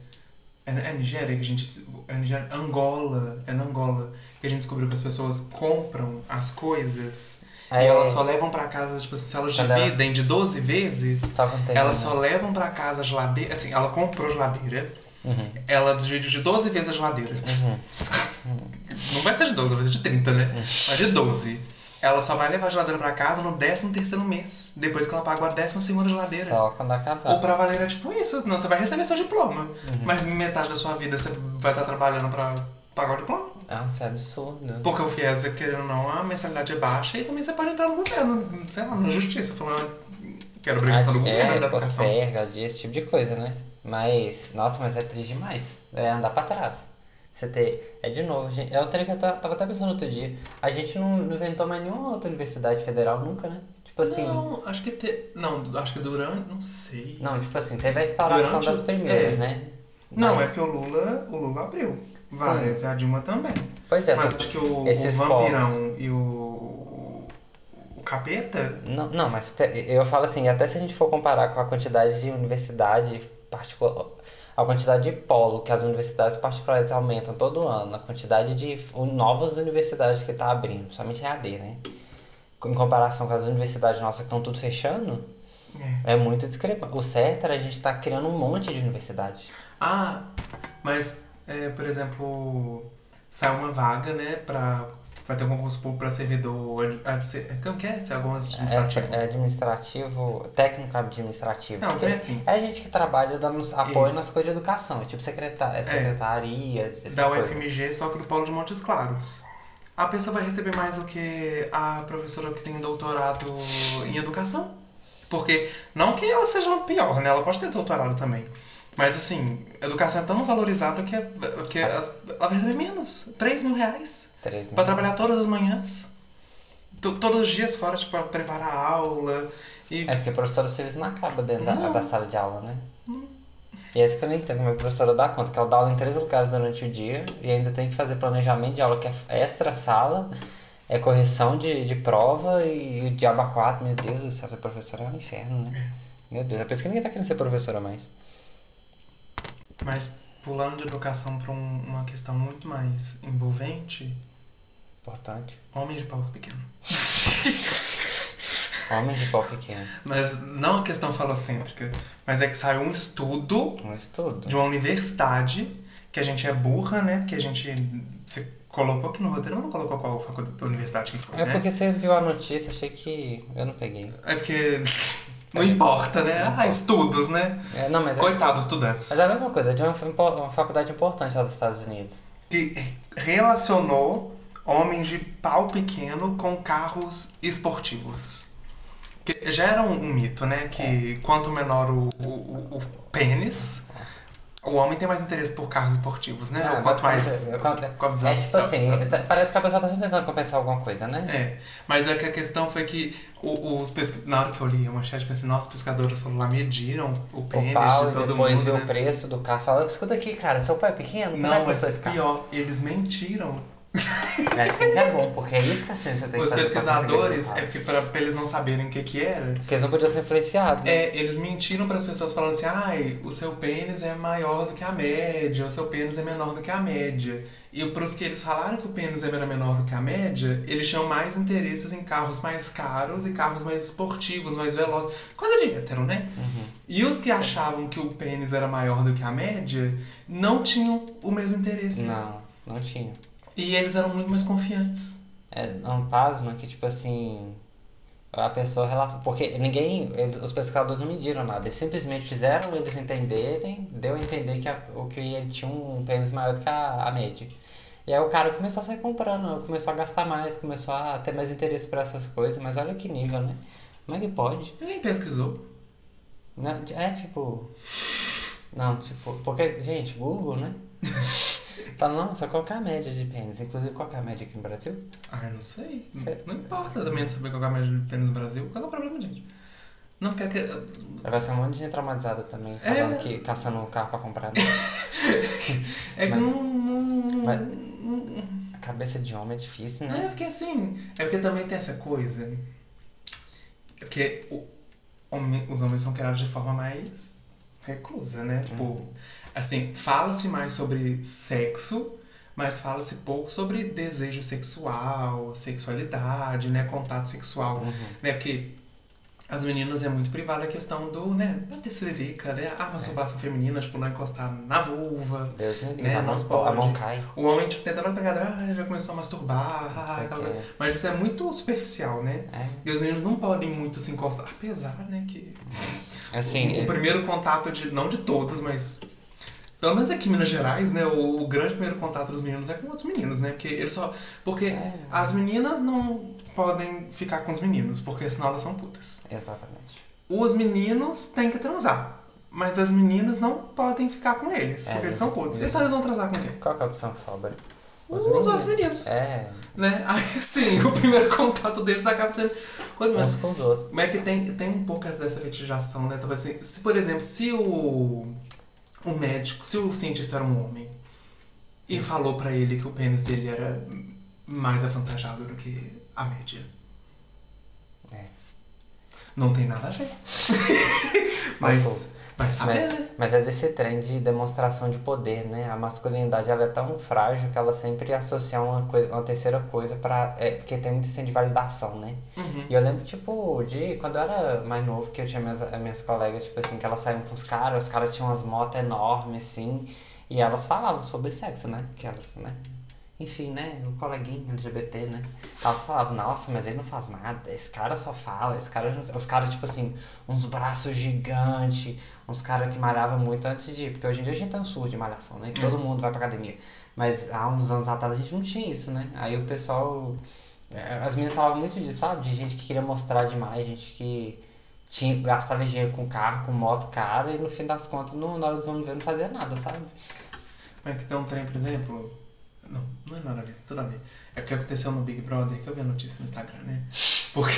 Speaker 2: É, é Nigéria que a gente. É Nigéria, Angola. É na Angola que a gente descobriu que as pessoas compram as coisas
Speaker 1: É.
Speaker 2: e elas só levam pra casa, tipo, se elas
Speaker 1: Quando elas-
Speaker 2: dividem de 12 vezes,
Speaker 1: Só com tempo,
Speaker 2: elas
Speaker 1: né?
Speaker 2: só levam pra casa a geladeira. Assim, ela comprou a geladeira,
Speaker 1: Uhum.
Speaker 2: ela divide de 12 vezes a geladeira.
Speaker 1: Uhum.
Speaker 2: Não vai ser de 12, vai ser de 30, né? Mas de 12. Ela só vai levar a geladeira pra casa no 13 terceiro mês, depois que ela pagou a 12 segunda geladeira.
Speaker 1: Só quando acabar.
Speaker 2: Ou pra valer é tipo isso, não, você vai receber seu diploma.
Speaker 1: Uhum.
Speaker 2: Mas metade da sua vida você vai estar trabalhando pra pagar o diploma.
Speaker 1: Ah, isso é absurdo.
Speaker 2: Porque o FIES, querendo ou não, a mensalidade é baixa e também você pode entrar no governo, sei
Speaker 1: Uhum.
Speaker 2: lá, na justiça, falando que era obrigação do
Speaker 1: Ah,
Speaker 2: governo,
Speaker 1: é,
Speaker 2: da educação.
Speaker 1: posterga, dia, esse tipo de coisa, né? Mas, nossa, mas é triste demais. É andar pra trás. Você ter. É de novo, gente. É o trem que eu ta- tava até pensando outro dia. A gente não, não inventou mais nenhuma outra universidade federal nunca, né? Tipo assim. Não,
Speaker 2: Não, acho que te... Não, acho que durante. Não sei.
Speaker 1: tipo assim, teve a instalação
Speaker 2: Durante
Speaker 1: das
Speaker 2: o-
Speaker 1: primeiras,
Speaker 2: é.
Speaker 1: né?
Speaker 2: Não,
Speaker 1: Mas-
Speaker 2: é que o Lula. O Lula abriu. Várias, e a Dilma também.
Speaker 1: Pois é,
Speaker 2: Mas
Speaker 1: porque-
Speaker 2: acho que o, o
Speaker 1: esses
Speaker 2: vampirão e o. O capeta.
Speaker 1: Não, não, mas pe- eu falo assim, até se a gente for comparar com a quantidade de universidade particular, a quantidade de polo que as universidades particulares aumentam todo ano, a quantidade de f- u- novas universidades que tá abrindo, principalmente EAD, né? Em comparação com as universidades nossas que estão tudo fechando,
Speaker 2: É.
Speaker 1: é muito discrepante. O certo era a gente estar criando um monte de universidade.
Speaker 2: Ah, mas, é, por exemplo, sai uma vaga, né, pra, vai ter um concurso público pra servidor, ad- ad- se- é, como que é? Se é algum administrativo.
Speaker 1: É, é administrativo, técnico administrativo.
Speaker 2: Não, então é assim,
Speaker 1: É gente que trabalha dando apoio
Speaker 2: Isso.
Speaker 1: nas coisas de educação, é tipo secretar- é secretaria, essas
Speaker 2: da
Speaker 1: coisas.
Speaker 2: UFMG, só que do Paulo de Montes Claros. A pessoa vai receber mais do que a professora que tem doutorado em educação. Porque, não que ela seja pior, né, ela pode ter doutorado também. Mas, assim, educação é tão valorizada que, que é, as- ela vai receber menos, 3 mil reais.
Speaker 1: Três
Speaker 2: Pra
Speaker 1: mil.
Speaker 2: trabalhar todas as manhãs. To- Todos os dias fora, tipo, pra preparar a aula. E
Speaker 1: É porque a professora do serviço não acaba dentro da,
Speaker 2: Não.
Speaker 1: da sala de aula, né? E é isso que eu não entendo como é que a professora dá conta, que ela dá aula em três lugares durante o dia e ainda tem que fazer planejamento de aula que é extra sala, é correção de, de prova e o diabo a quatro, meu Deus do céu, ser professora é um inferno, né? Meu Deus, é por isso que ninguém tá querendo ser professora mais.
Speaker 2: Mas pulando de educação pra um- uma questão muito mais envolvente,
Speaker 1: Importante.
Speaker 2: homem de pau pequeno.
Speaker 1: Homem de pau pequeno.
Speaker 2: Mas não a questão falocêntrica, mas é que saiu um estudo
Speaker 1: Um estudo.
Speaker 2: de uma universidade, que a gente é burra, né? Porque a gente. Você colocou aqui no roteiro, não colocou qual faculdade, universidade que foi,
Speaker 1: É
Speaker 2: né?
Speaker 1: porque você viu a notícia, achei que eu não peguei.
Speaker 2: É porque. Não importa, né? Ah, estudos, né?
Speaker 1: É, não, mas é,
Speaker 2: Coitado, estudantes.
Speaker 1: mas é a mesma coisa, é de uma, uma faculdade importante lá dos Estados Unidos.
Speaker 2: que relacionou homens de pau pequeno com carros esportivos. Que já era um, um mito, né?
Speaker 1: É.
Speaker 2: Que quanto menor o, o, o- o pênis, o homem tem mais interesse por carros esportivos, né?
Speaker 1: Ah,
Speaker 2: Ou quanto mais.
Speaker 1: basicamente, quanto-
Speaker 2: quanto
Speaker 1: É
Speaker 2: sabe-
Speaker 1: tipo
Speaker 2: sabe-
Speaker 1: assim,
Speaker 2: sabe-
Speaker 1: tá- parece que a pessoa tá sempre tentando compensar alguma coisa, né?
Speaker 2: É, mas é que a questão foi que o- os pesca... na hora que eu li a manchete, eu pensei, nossa, os pescadores foram lá, mediram o
Speaker 1: O
Speaker 2: pênis
Speaker 1: pau
Speaker 2: de
Speaker 1: e
Speaker 2: todo
Speaker 1: depois
Speaker 2: mundo.
Speaker 1: vê
Speaker 2: né?
Speaker 1: o preço do carro e fala, escuta aqui, cara, seu pai é pequeno, quanto é
Speaker 2: Não,
Speaker 1: que custou
Speaker 2: mas
Speaker 1: esse carro?
Speaker 2: pior, eles mentiram
Speaker 1: É assim que é bom, porque é isso que a ciência tem que
Speaker 2: Os
Speaker 1: fazer pra conseguir
Speaker 2: pesquisadores, é
Speaker 1: resultados.
Speaker 2: porque pra, pra eles não saberem o que que era,
Speaker 1: Porque eles não podiam ser influenciados. né?
Speaker 2: é, eles mentiram para as pessoas falando assim, ai, o seu pênis é maior do que a média, o seu pênis é menor do que a média. E para os que eles falaram que o pênis era menor do que a média, eles tinham mais interesses em carros mais caros e carros mais esportivos, mais velozes. Coisa de hétero, né?
Speaker 1: Uhum.
Speaker 2: E os que achavam que o pênis era maior do que a média, não tinham o mesmo interesse.
Speaker 1: Não, não tinha.
Speaker 2: E eles eram muito mais confiantes.
Speaker 1: É um pasma que, tipo assim, a pessoa relaciona. Porque ninguém. eles- os pescadores não mediram nada, eles simplesmente fizeram eles entenderem, deu a entender que a- o que ele tinha um pênis maior do que a, a média. E aí o cara começou a sair comprando, começou a gastar mais, começou a ter mais interesse por essas coisas, mas olha que nível, né? Como é que pode?
Speaker 2: Ele nem pesquisou.
Speaker 1: Não, é tipo. Não, tipo. Porque, gente, Google, né? Tá, nossa, qual que é a média de pênis? Inclusive, qual que é a média aqui no Brasil?
Speaker 2: Ah, eu não sei.
Speaker 1: Sei.
Speaker 2: Não importa também saber qual é a média de pênis no Brasil. Qual é o problema, gente? Não, porque... aqui-
Speaker 1: Vai ser um monte de gente traumatizada também, falando que caçando um carro pra comprar.
Speaker 2: É que
Speaker 1: Mas-
Speaker 2: não... não, não-
Speaker 1: mas-
Speaker 2: não-
Speaker 1: A cabeça de homem é difícil,
Speaker 2: Não,
Speaker 1: né?
Speaker 2: é porque assim, é porque também tem essa coisa. É porque o homem- os homens são criados de forma mais reclusa,
Speaker 1: Uhum.
Speaker 2: né? Tipo, assim, fala-se mais sobre sexo, mas fala-se pouco sobre desejo sexual, sexualidade, né? Contato sexual.
Speaker 1: Uhum.
Speaker 2: Né? Porque as meninas é muito privada a questão do, né? Da terceirica, né? A
Speaker 1: É.
Speaker 2: masturbação feminina, tipo, não encostar na vulva.
Speaker 1: Deus me livre,
Speaker 2: Né,
Speaker 1: a, mão,
Speaker 2: não pode.
Speaker 1: a mão cai.
Speaker 2: O homem, tipo, tenta não pegar, ah, já começou a masturbar, ah,
Speaker 1: sei o
Speaker 2: aquela
Speaker 1: quê.
Speaker 2: coisa. mas isso é muito superficial, né?
Speaker 1: É.
Speaker 2: E os meninos não podem muito se encostar, apesar, né, que
Speaker 1: Assim,
Speaker 2: o
Speaker 1: é-
Speaker 2: primeiro contato de, não de todos, mas pelo menos aqui em Minas Gerais, né, o, o grande primeiro contato dos meninos é com outros meninos, né, porque eles só, porque
Speaker 1: É.
Speaker 2: as meninas não podem ficar com os meninos, porque senão elas são putas.
Speaker 1: exatamente.
Speaker 2: Os meninos têm que transar, mas as meninas não podem ficar com eles,
Speaker 1: É,
Speaker 2: porque eles são
Speaker 1: isso-
Speaker 2: putas.
Speaker 1: isso.
Speaker 2: Então eles vão transar com quem?
Speaker 1: Qual que é a opção que sobra?
Speaker 2: Os, outros meninos.
Speaker 1: É,
Speaker 2: né? Aí assim, o primeiro contato deles acaba sendo coisa mais.
Speaker 1: uns com os outros.
Speaker 2: Mas é que tem, tem um pouco essa- dessa fetichização, né? Talvez assim, se por exemplo, se o, o médico, se o cientista era um homem e falou pra ele que o pênis dele era mais avantajado do que a média.
Speaker 1: É.
Speaker 2: Não tem nada a ver. mas,
Speaker 1: solto.
Speaker 2: mas sabe, né?
Speaker 1: Mas, mas é desse trem de demonstração de poder, né? A masculinidade ela é tão frágil que ela sempre associa uma, coisa, uma terceira coisa pra. É, porque tem muito senso de validação, né?
Speaker 2: Uhum.
Speaker 1: E eu lembro, tipo, de quando eu era mais novo, que eu tinha minhas, as minhas colegas, tipo assim, que elas saíam com os caras, os caras tinham umas motos enormes, assim, e elas falavam sobre sexo, né? Que elas, né? Enfim, né? O coleguinha LGBT, né? Elas falavam, nossa, mas ele não faz nada, esse cara só fala, esse cara. não- Os caras, tipo assim, uns braços gigantes, uns caras que malhavam muito antes de. Porque hoje em dia a gente tem um surdo de malhação, né? Que todo mundo vai pra academia. Mas há uns anos atrás a gente não tinha isso, né? Aí o pessoal. é, As meninas falavam muito disso, sabe? De gente que queria mostrar demais, gente que tinha, gastava dinheiro com carro, com moto cara, e no fim das contas, não, na hora do vamos ver, não fazia nada, sabe?
Speaker 2: Mas que tem um trem, por exemplo. Não, não é nada a ver, tudo a ver. É porque aconteceu no Big Brother que eu vi a notícia no Instagram, né? Porque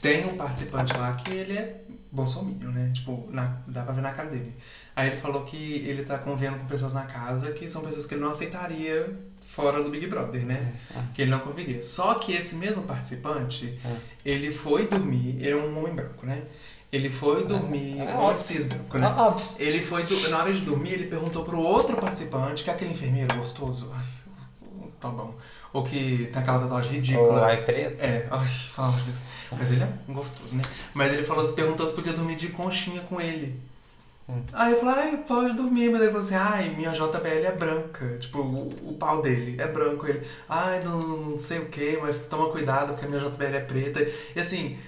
Speaker 2: tem um participante lá que ele é bolsominion, né? Tipo, na- dá pra ver na cara dele. Aí ele falou que ele tá convivendo com pessoas na casa que são pessoas que ele não aceitaria fora do Big Brother, né?
Speaker 1: É,
Speaker 2: Que ele não conviria. Só que esse mesmo participante,
Speaker 1: Ah.
Speaker 2: ele foi dormir, ele é um homem branco, né? Ele foi dormir,
Speaker 1: é
Speaker 2: um homem
Speaker 1: óbvio.
Speaker 2: cis branco, né?
Speaker 1: Óbvio.
Speaker 2: Ele foi, do- na hora de dormir, ele perguntou pro outro participante, que é aquele enfermeiro gostoso. Ai, tá bom. Ou que tem aquela tatuagem
Speaker 1: O
Speaker 2: ridícula.
Speaker 1: ai preto.
Speaker 2: É, ai, fala de Deus. Mas ele é gostoso, né? Mas ele falou, perguntou se podia dormir de conchinha com ele.
Speaker 1: Hum.
Speaker 2: Aí eu falei, ai, pode dormir, mas ele falou assim, ai, minha JBL é branca. Tipo, o, o pau dele é branco. Ele, ai, não, não sei o que, mas toma cuidado, porque a minha JBL é preta. E assim,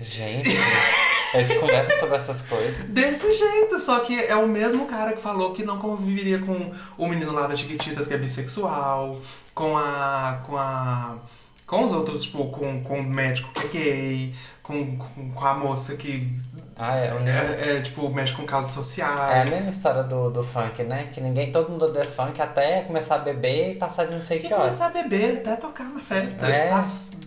Speaker 1: Gente, eles conversam sobre essas coisas.
Speaker 2: Desse jeito, só que é o mesmo cara que falou que não conviveria com o menino lá da Chiquititas que é bissexual, com a. com a. com os outros, tipo, com, com o médico que é gay, com, com, com a moça que
Speaker 1: Ah, é. um-
Speaker 2: é, é, tipo, mexe com casos
Speaker 1: É a
Speaker 2: sociais.
Speaker 1: mesma história do, do funk, né? Que ninguém, todo mundo odeia funk até começar a beber e passar de não sei que
Speaker 2: Tem que
Speaker 1: hora.
Speaker 2: começar a beber até tocar na festa.
Speaker 1: É.
Speaker 2: Tá-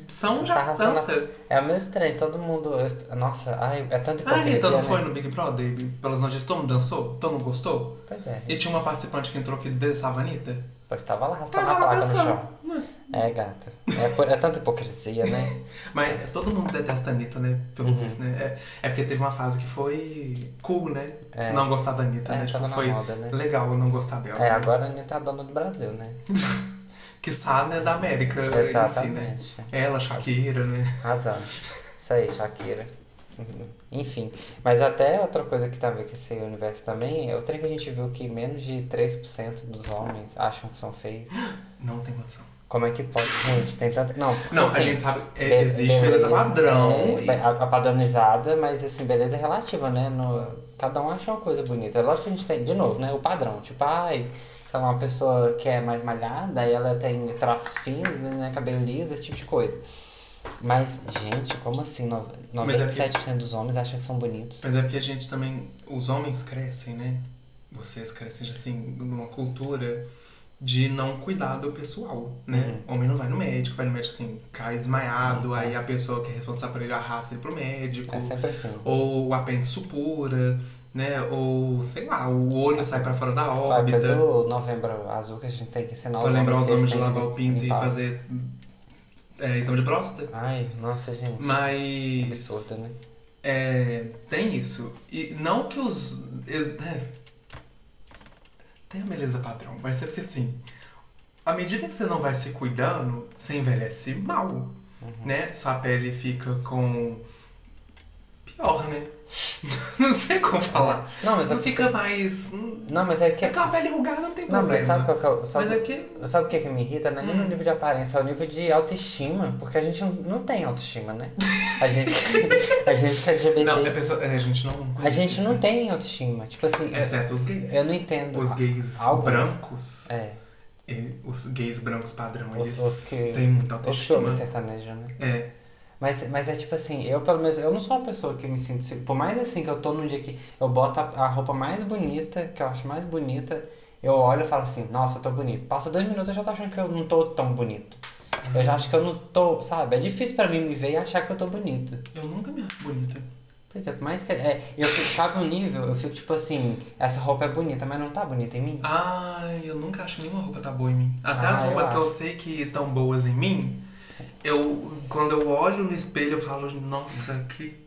Speaker 2: são já
Speaker 1: Tá arrasando
Speaker 2: dança.
Speaker 1: É o mesmo trem, todo mundo. Nossa, ai, é tanta
Speaker 2: A
Speaker 1: hipocrisia,
Speaker 2: Anitta então não
Speaker 1: né?
Speaker 2: foi no Big Brother, pelas notícias, todo mundo dançou? Todo mundo gostou?
Speaker 1: Pois é,
Speaker 2: E tinha uma participante que entrou que dançava a Anitta?
Speaker 1: pois tava lá raspando
Speaker 2: Tava
Speaker 1: a
Speaker 2: lá
Speaker 1: placa no
Speaker 2: dançando.
Speaker 1: chão. É, gata. É, por- é tanta hipocrisia, né?
Speaker 2: Mas todo mundo detesta a Anitta, né? Pelo
Speaker 1: Uhum.
Speaker 2: visto, né? É, é porque teve uma fase que foi cool, né?
Speaker 1: É.
Speaker 2: Não gostar da Anitta,
Speaker 1: É,
Speaker 2: né? Tipo,
Speaker 1: tava na
Speaker 2: foi
Speaker 1: moda, né?
Speaker 2: legal eu não gostar dela.
Speaker 1: É, agora a Anitta é a dona do Brasil, né?
Speaker 2: Que né? Da América em si, né?
Speaker 1: Exatamente.
Speaker 2: Ela, Shakira, né?
Speaker 1: Razão. Isso aí, Shakira. Uhum. Enfim, mas até outra coisa que tá a ver com esse universo também é o trem que a gente viu que menos de 3% dos homens acham que são feios.
Speaker 2: Não tem condição.
Speaker 1: Como é que pode? Gente, tem tanta. Não, porque,
Speaker 2: Não, a
Speaker 1: assim,
Speaker 2: gente sabe, é,
Speaker 1: Be-
Speaker 2: existe beleza padrão.
Speaker 1: é, be- a, a padronizada, mas assim, beleza é relativa, né? No- cada um acha uma coisa bonita. É lógico que a gente tem, de novo, né? O padrão. Tipo, ai, sei lá, uma né, pessoa que é mais malhada, aí ela tem traços finos, né? Cabelo liso, esse tipo de coisa. Mas, gente, como assim? No-
Speaker 2: Mas é porque-
Speaker 1: 97% dos homens acham que são bonitos.
Speaker 2: Mas é porque a gente também. Os homens crescem, né? Vocês crescem, assim, numa cultura de não cuidar do pessoal, né? Homem não vai no médico, vai no médico assim, cai desmaiado,
Speaker 1: Uhum.
Speaker 2: aí a pessoa que é responsável por ele arrasta ele pro médico.
Speaker 1: É sempre assim.
Speaker 2: Ou o apêndice supura, né? Ou, sei lá, o olho sai pra fora da
Speaker 1: Vai fazer um
Speaker 2: órbita.
Speaker 1: o novembro azul que a gente tem que ensinar
Speaker 2: Pra lembrar os
Speaker 1: que eles
Speaker 2: homens de
Speaker 1: têm que
Speaker 2: lavar o pinto e
Speaker 1: limpar.
Speaker 2: fazer é, exame de próstata.
Speaker 1: Ai, nossa, gente.
Speaker 2: Mas.
Speaker 1: Absurdo, né?
Speaker 2: É, tem isso. E não que os. ex- né? Tem a beleza padrão, mas é porque assim, à medida que você não vai se cuidando, você envelhece mal,
Speaker 1: Uhum.
Speaker 2: né? Sua pele fica com. pior, né? Não sei como falar.
Speaker 1: Não, mas é
Speaker 2: Não fica mais. hum,
Speaker 1: Não, mas é que.
Speaker 2: É que uma pele rugada não tem
Speaker 1: Não,
Speaker 2: problema.
Speaker 1: mas sabe qual que é o. Sabe,
Speaker 2: Mas é que.
Speaker 1: sabe o que, que me irrita? Não é nem
Speaker 2: Hum.
Speaker 1: no nível de aparência, é o nível de autoestima. Porque a gente não- não tem autoestima, né? A gente que, a gente que é LGBT.
Speaker 2: Não, é pessoa- é, a gente não.
Speaker 1: a gente não
Speaker 2: né?
Speaker 1: tem autoestima. Tipo assim,
Speaker 2: Exceto os gays.
Speaker 1: eu não entendo.
Speaker 2: É, Os gays
Speaker 1: Alguns.
Speaker 2: brancos.
Speaker 1: É,
Speaker 2: E os gays brancos padrão,
Speaker 1: Os-
Speaker 2: eles
Speaker 1: os que-
Speaker 2: têm muita
Speaker 1: os que ouvem
Speaker 2: autoestima.
Speaker 1: sertanejo, né?
Speaker 2: É,
Speaker 1: Mas, mas é tipo assim, eu pelo menos, eu não sou uma pessoa que me sinto segura. Por mais assim que eu tô num dia que eu boto a, a roupa mais bonita, que eu acho mais bonita, eu olho e falo assim, nossa, eu tô bonito. Passa dois minutos eu já tô achando que eu não tô tão bonito. Eu já acho que eu não tô, sabe? É difícil pra mim me ver e achar que eu tô bonito.
Speaker 2: eu nunca me acho bonita.
Speaker 1: Pois é, por mais que. É, eu fico, sabe um nível, eu fico tipo assim, essa roupa é bonita, mas não tá bonita em mim.
Speaker 2: Ai, eu nunca acho que nenhuma roupa tá boa em mim. Até
Speaker 1: Ah,
Speaker 2: as
Speaker 1: eu
Speaker 2: roupas que eu
Speaker 1: acho.
Speaker 2: sei que estão boas em mim, eu quando eu olho no espelho eu falo, nossa, que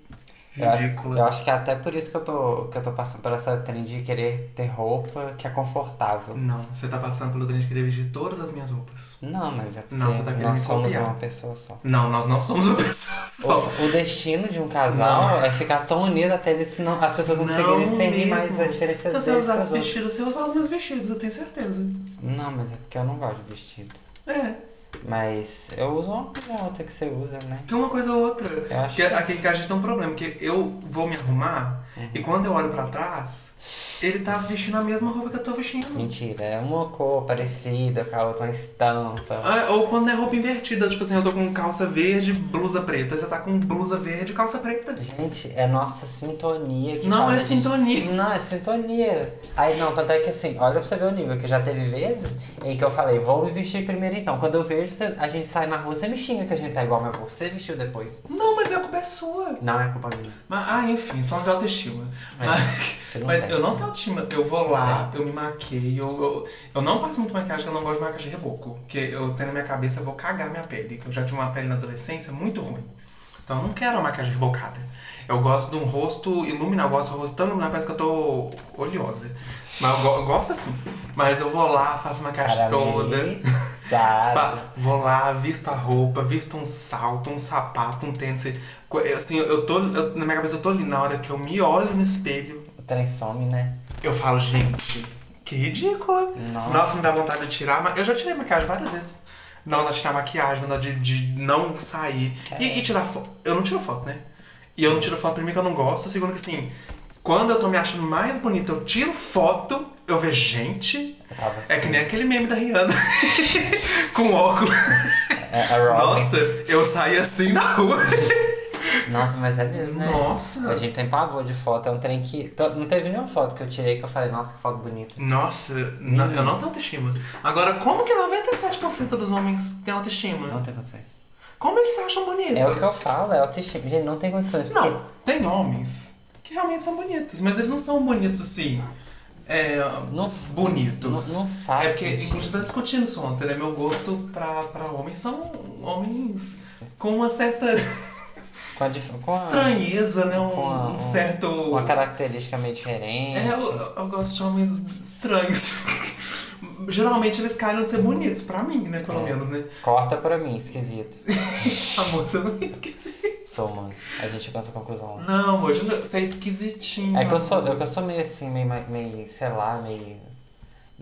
Speaker 1: Eu- Eu
Speaker 2: ridícula.
Speaker 1: acho que é até por isso que eu tô, que eu tô passando por essa trend de querer ter roupa que é confortável.
Speaker 2: Não, você tá passando pelo trem que deve de todas as minhas roupas.
Speaker 1: Não, mas é porque
Speaker 2: Não, você tá querendo
Speaker 1: nós
Speaker 2: me
Speaker 1: somos
Speaker 2: copiar.
Speaker 1: uma pessoa só.
Speaker 2: Não, nós não somos uma pessoa só.
Speaker 1: O, o destino de um casal
Speaker 2: Não.
Speaker 1: é ficar tão unido até eles não, as pessoas não, conseguirem discernir mais
Speaker 2: mesmo.
Speaker 1: as diferenças
Speaker 2: Se você
Speaker 1: é deles
Speaker 2: usar
Speaker 1: com
Speaker 2: os
Speaker 1: as outras.
Speaker 2: vestidos, você vai usar os meus vestidos, eu tenho certeza.
Speaker 1: Não, mas é porque eu não gosto de vestido.
Speaker 2: É,
Speaker 1: Mas eu uso uma coisa ou outra que você usa, né?
Speaker 2: que uma coisa ou outra.
Speaker 1: Eu acho
Speaker 2: Porque aqui em casa a gente tem um problema, que eu vou me arrumar
Speaker 1: Uhum.
Speaker 2: e quando eu olho pra trás, ele tá vestindo a mesma roupa que eu tô vestindo.
Speaker 1: Mentira, é uma cor parecida com a outra, uma estampa.
Speaker 2: Ah, Ou quando é roupa invertida, tipo assim, eu tô com calça verde, blusa preta, você tá com blusa verde, calça preta.
Speaker 1: Gente, é nossa sintonia que
Speaker 2: Não
Speaker 1: faz
Speaker 2: é
Speaker 1: a gente-
Speaker 2: sintonia.
Speaker 1: Não, é sintonia. Aí não, tanto é que assim, olha pra você ver o nível, que já teve vezes em que eu falei, vou me vestir primeiro então. Quando eu vejo, você- a gente sai na rua, você me xinga que a gente tá igual, mas você vestiu depois.
Speaker 2: Não, mas a culpa é sua.
Speaker 1: Não é culpa minha.
Speaker 2: Mas, ah, enfim, falando de autoestima.
Speaker 1: É,
Speaker 2: Mas,
Speaker 1: você não É.
Speaker 2: mas
Speaker 1: tem.
Speaker 2: eu não tenho autoestima. Eu vou lá, eu me maqueio, eu, eu, eu não passo muito maquiagem, eu não gosto de maquiagem reboco. Porque eu tenho na minha cabeça, eu vou cagar minha pele. que Eu já tive uma pele na adolescência muito ruim. Então eu não quero uma maquiagem rebocada. Eu gosto de um rosto iluminado, eu gosto de um rosto tão iluminado, parece que eu tô oleosa. Mas eu, go- eu gosto assim. Mas eu vou lá, faço maquiagem toda.
Speaker 1: Sabe?
Speaker 2: né? Sa- Vou lá, visto a roupa, visto um salto, um sapato, um tênis. Co- eu- Assim, eu tô. eu- na minha cabeça eu tô ali. Na hora que eu me olho no espelho,
Speaker 1: O trem some, né?
Speaker 2: eu falo, gente, que ridícula.
Speaker 1: Nossa.
Speaker 2: Nossa, me dá vontade de tirar. ma- Eu já tirei maquiagem várias vezes. Não vontade de tirar maquiagem, não vontade de, de não sair. E, e tirar foto. Eu não tiro foto, né? E eu não tiro foto primeiro que eu não gosto. Segundo que assim, quando eu tô me achando mais bonito, eu tiro foto, eu vejo, gente.
Speaker 1: Eu tava assim.
Speaker 2: É que nem aquele meme da Rihanna com óculos.
Speaker 1: É, é Robin.
Speaker 2: Nossa, eu saí assim na rua.
Speaker 1: Nossa, mas é mesmo, né? A
Speaker 2: Nossa.
Speaker 1: gente tem pavor de foto, é um trem que. to- Não teve nenhuma foto que eu tirei que eu falei, nossa, que foto bonita.
Speaker 2: Nossa, na- eu não tenho autoestima. Agora, como que 97% dos homens têm
Speaker 1: Não
Speaker 2: autoestima?
Speaker 1: tem condições.
Speaker 2: Como eles se acham bonitos?
Speaker 1: É o que eu falo, é autoestima. Gente, não tem condições. porque-
Speaker 2: Não, tem homens que realmente são bonitos, mas eles não são bonitos assim. É,
Speaker 1: Não,
Speaker 2: bonitos.
Speaker 1: Não, não faz.
Speaker 2: é porque,
Speaker 1: sentido.
Speaker 2: inclusive, tá discutindo isso ontem, né? Meu gosto pra, pra homens são homens com uma certa
Speaker 1: Com a, dif- com a-
Speaker 2: estranheza, né? Um,
Speaker 1: com a-
Speaker 2: um
Speaker 1: um-
Speaker 2: certo.
Speaker 1: uma característica meio diferente.
Speaker 2: É, eu, eu gosto de homens estranhos. Geralmente eles calham de ser bonitos, pra mim, né? Pelo
Speaker 1: É.
Speaker 2: menos, né?
Speaker 1: Corta pra mim, esquisito.
Speaker 2: Amor, você não é esquisito.
Speaker 1: Somos. A gente chegou a essa conclusão.
Speaker 2: Não, amor, eu não- você é esquisitinho.
Speaker 1: É que eu sou,
Speaker 2: amor.
Speaker 1: é que eu sou meio assim, meio, ma- meio sei lá, meio.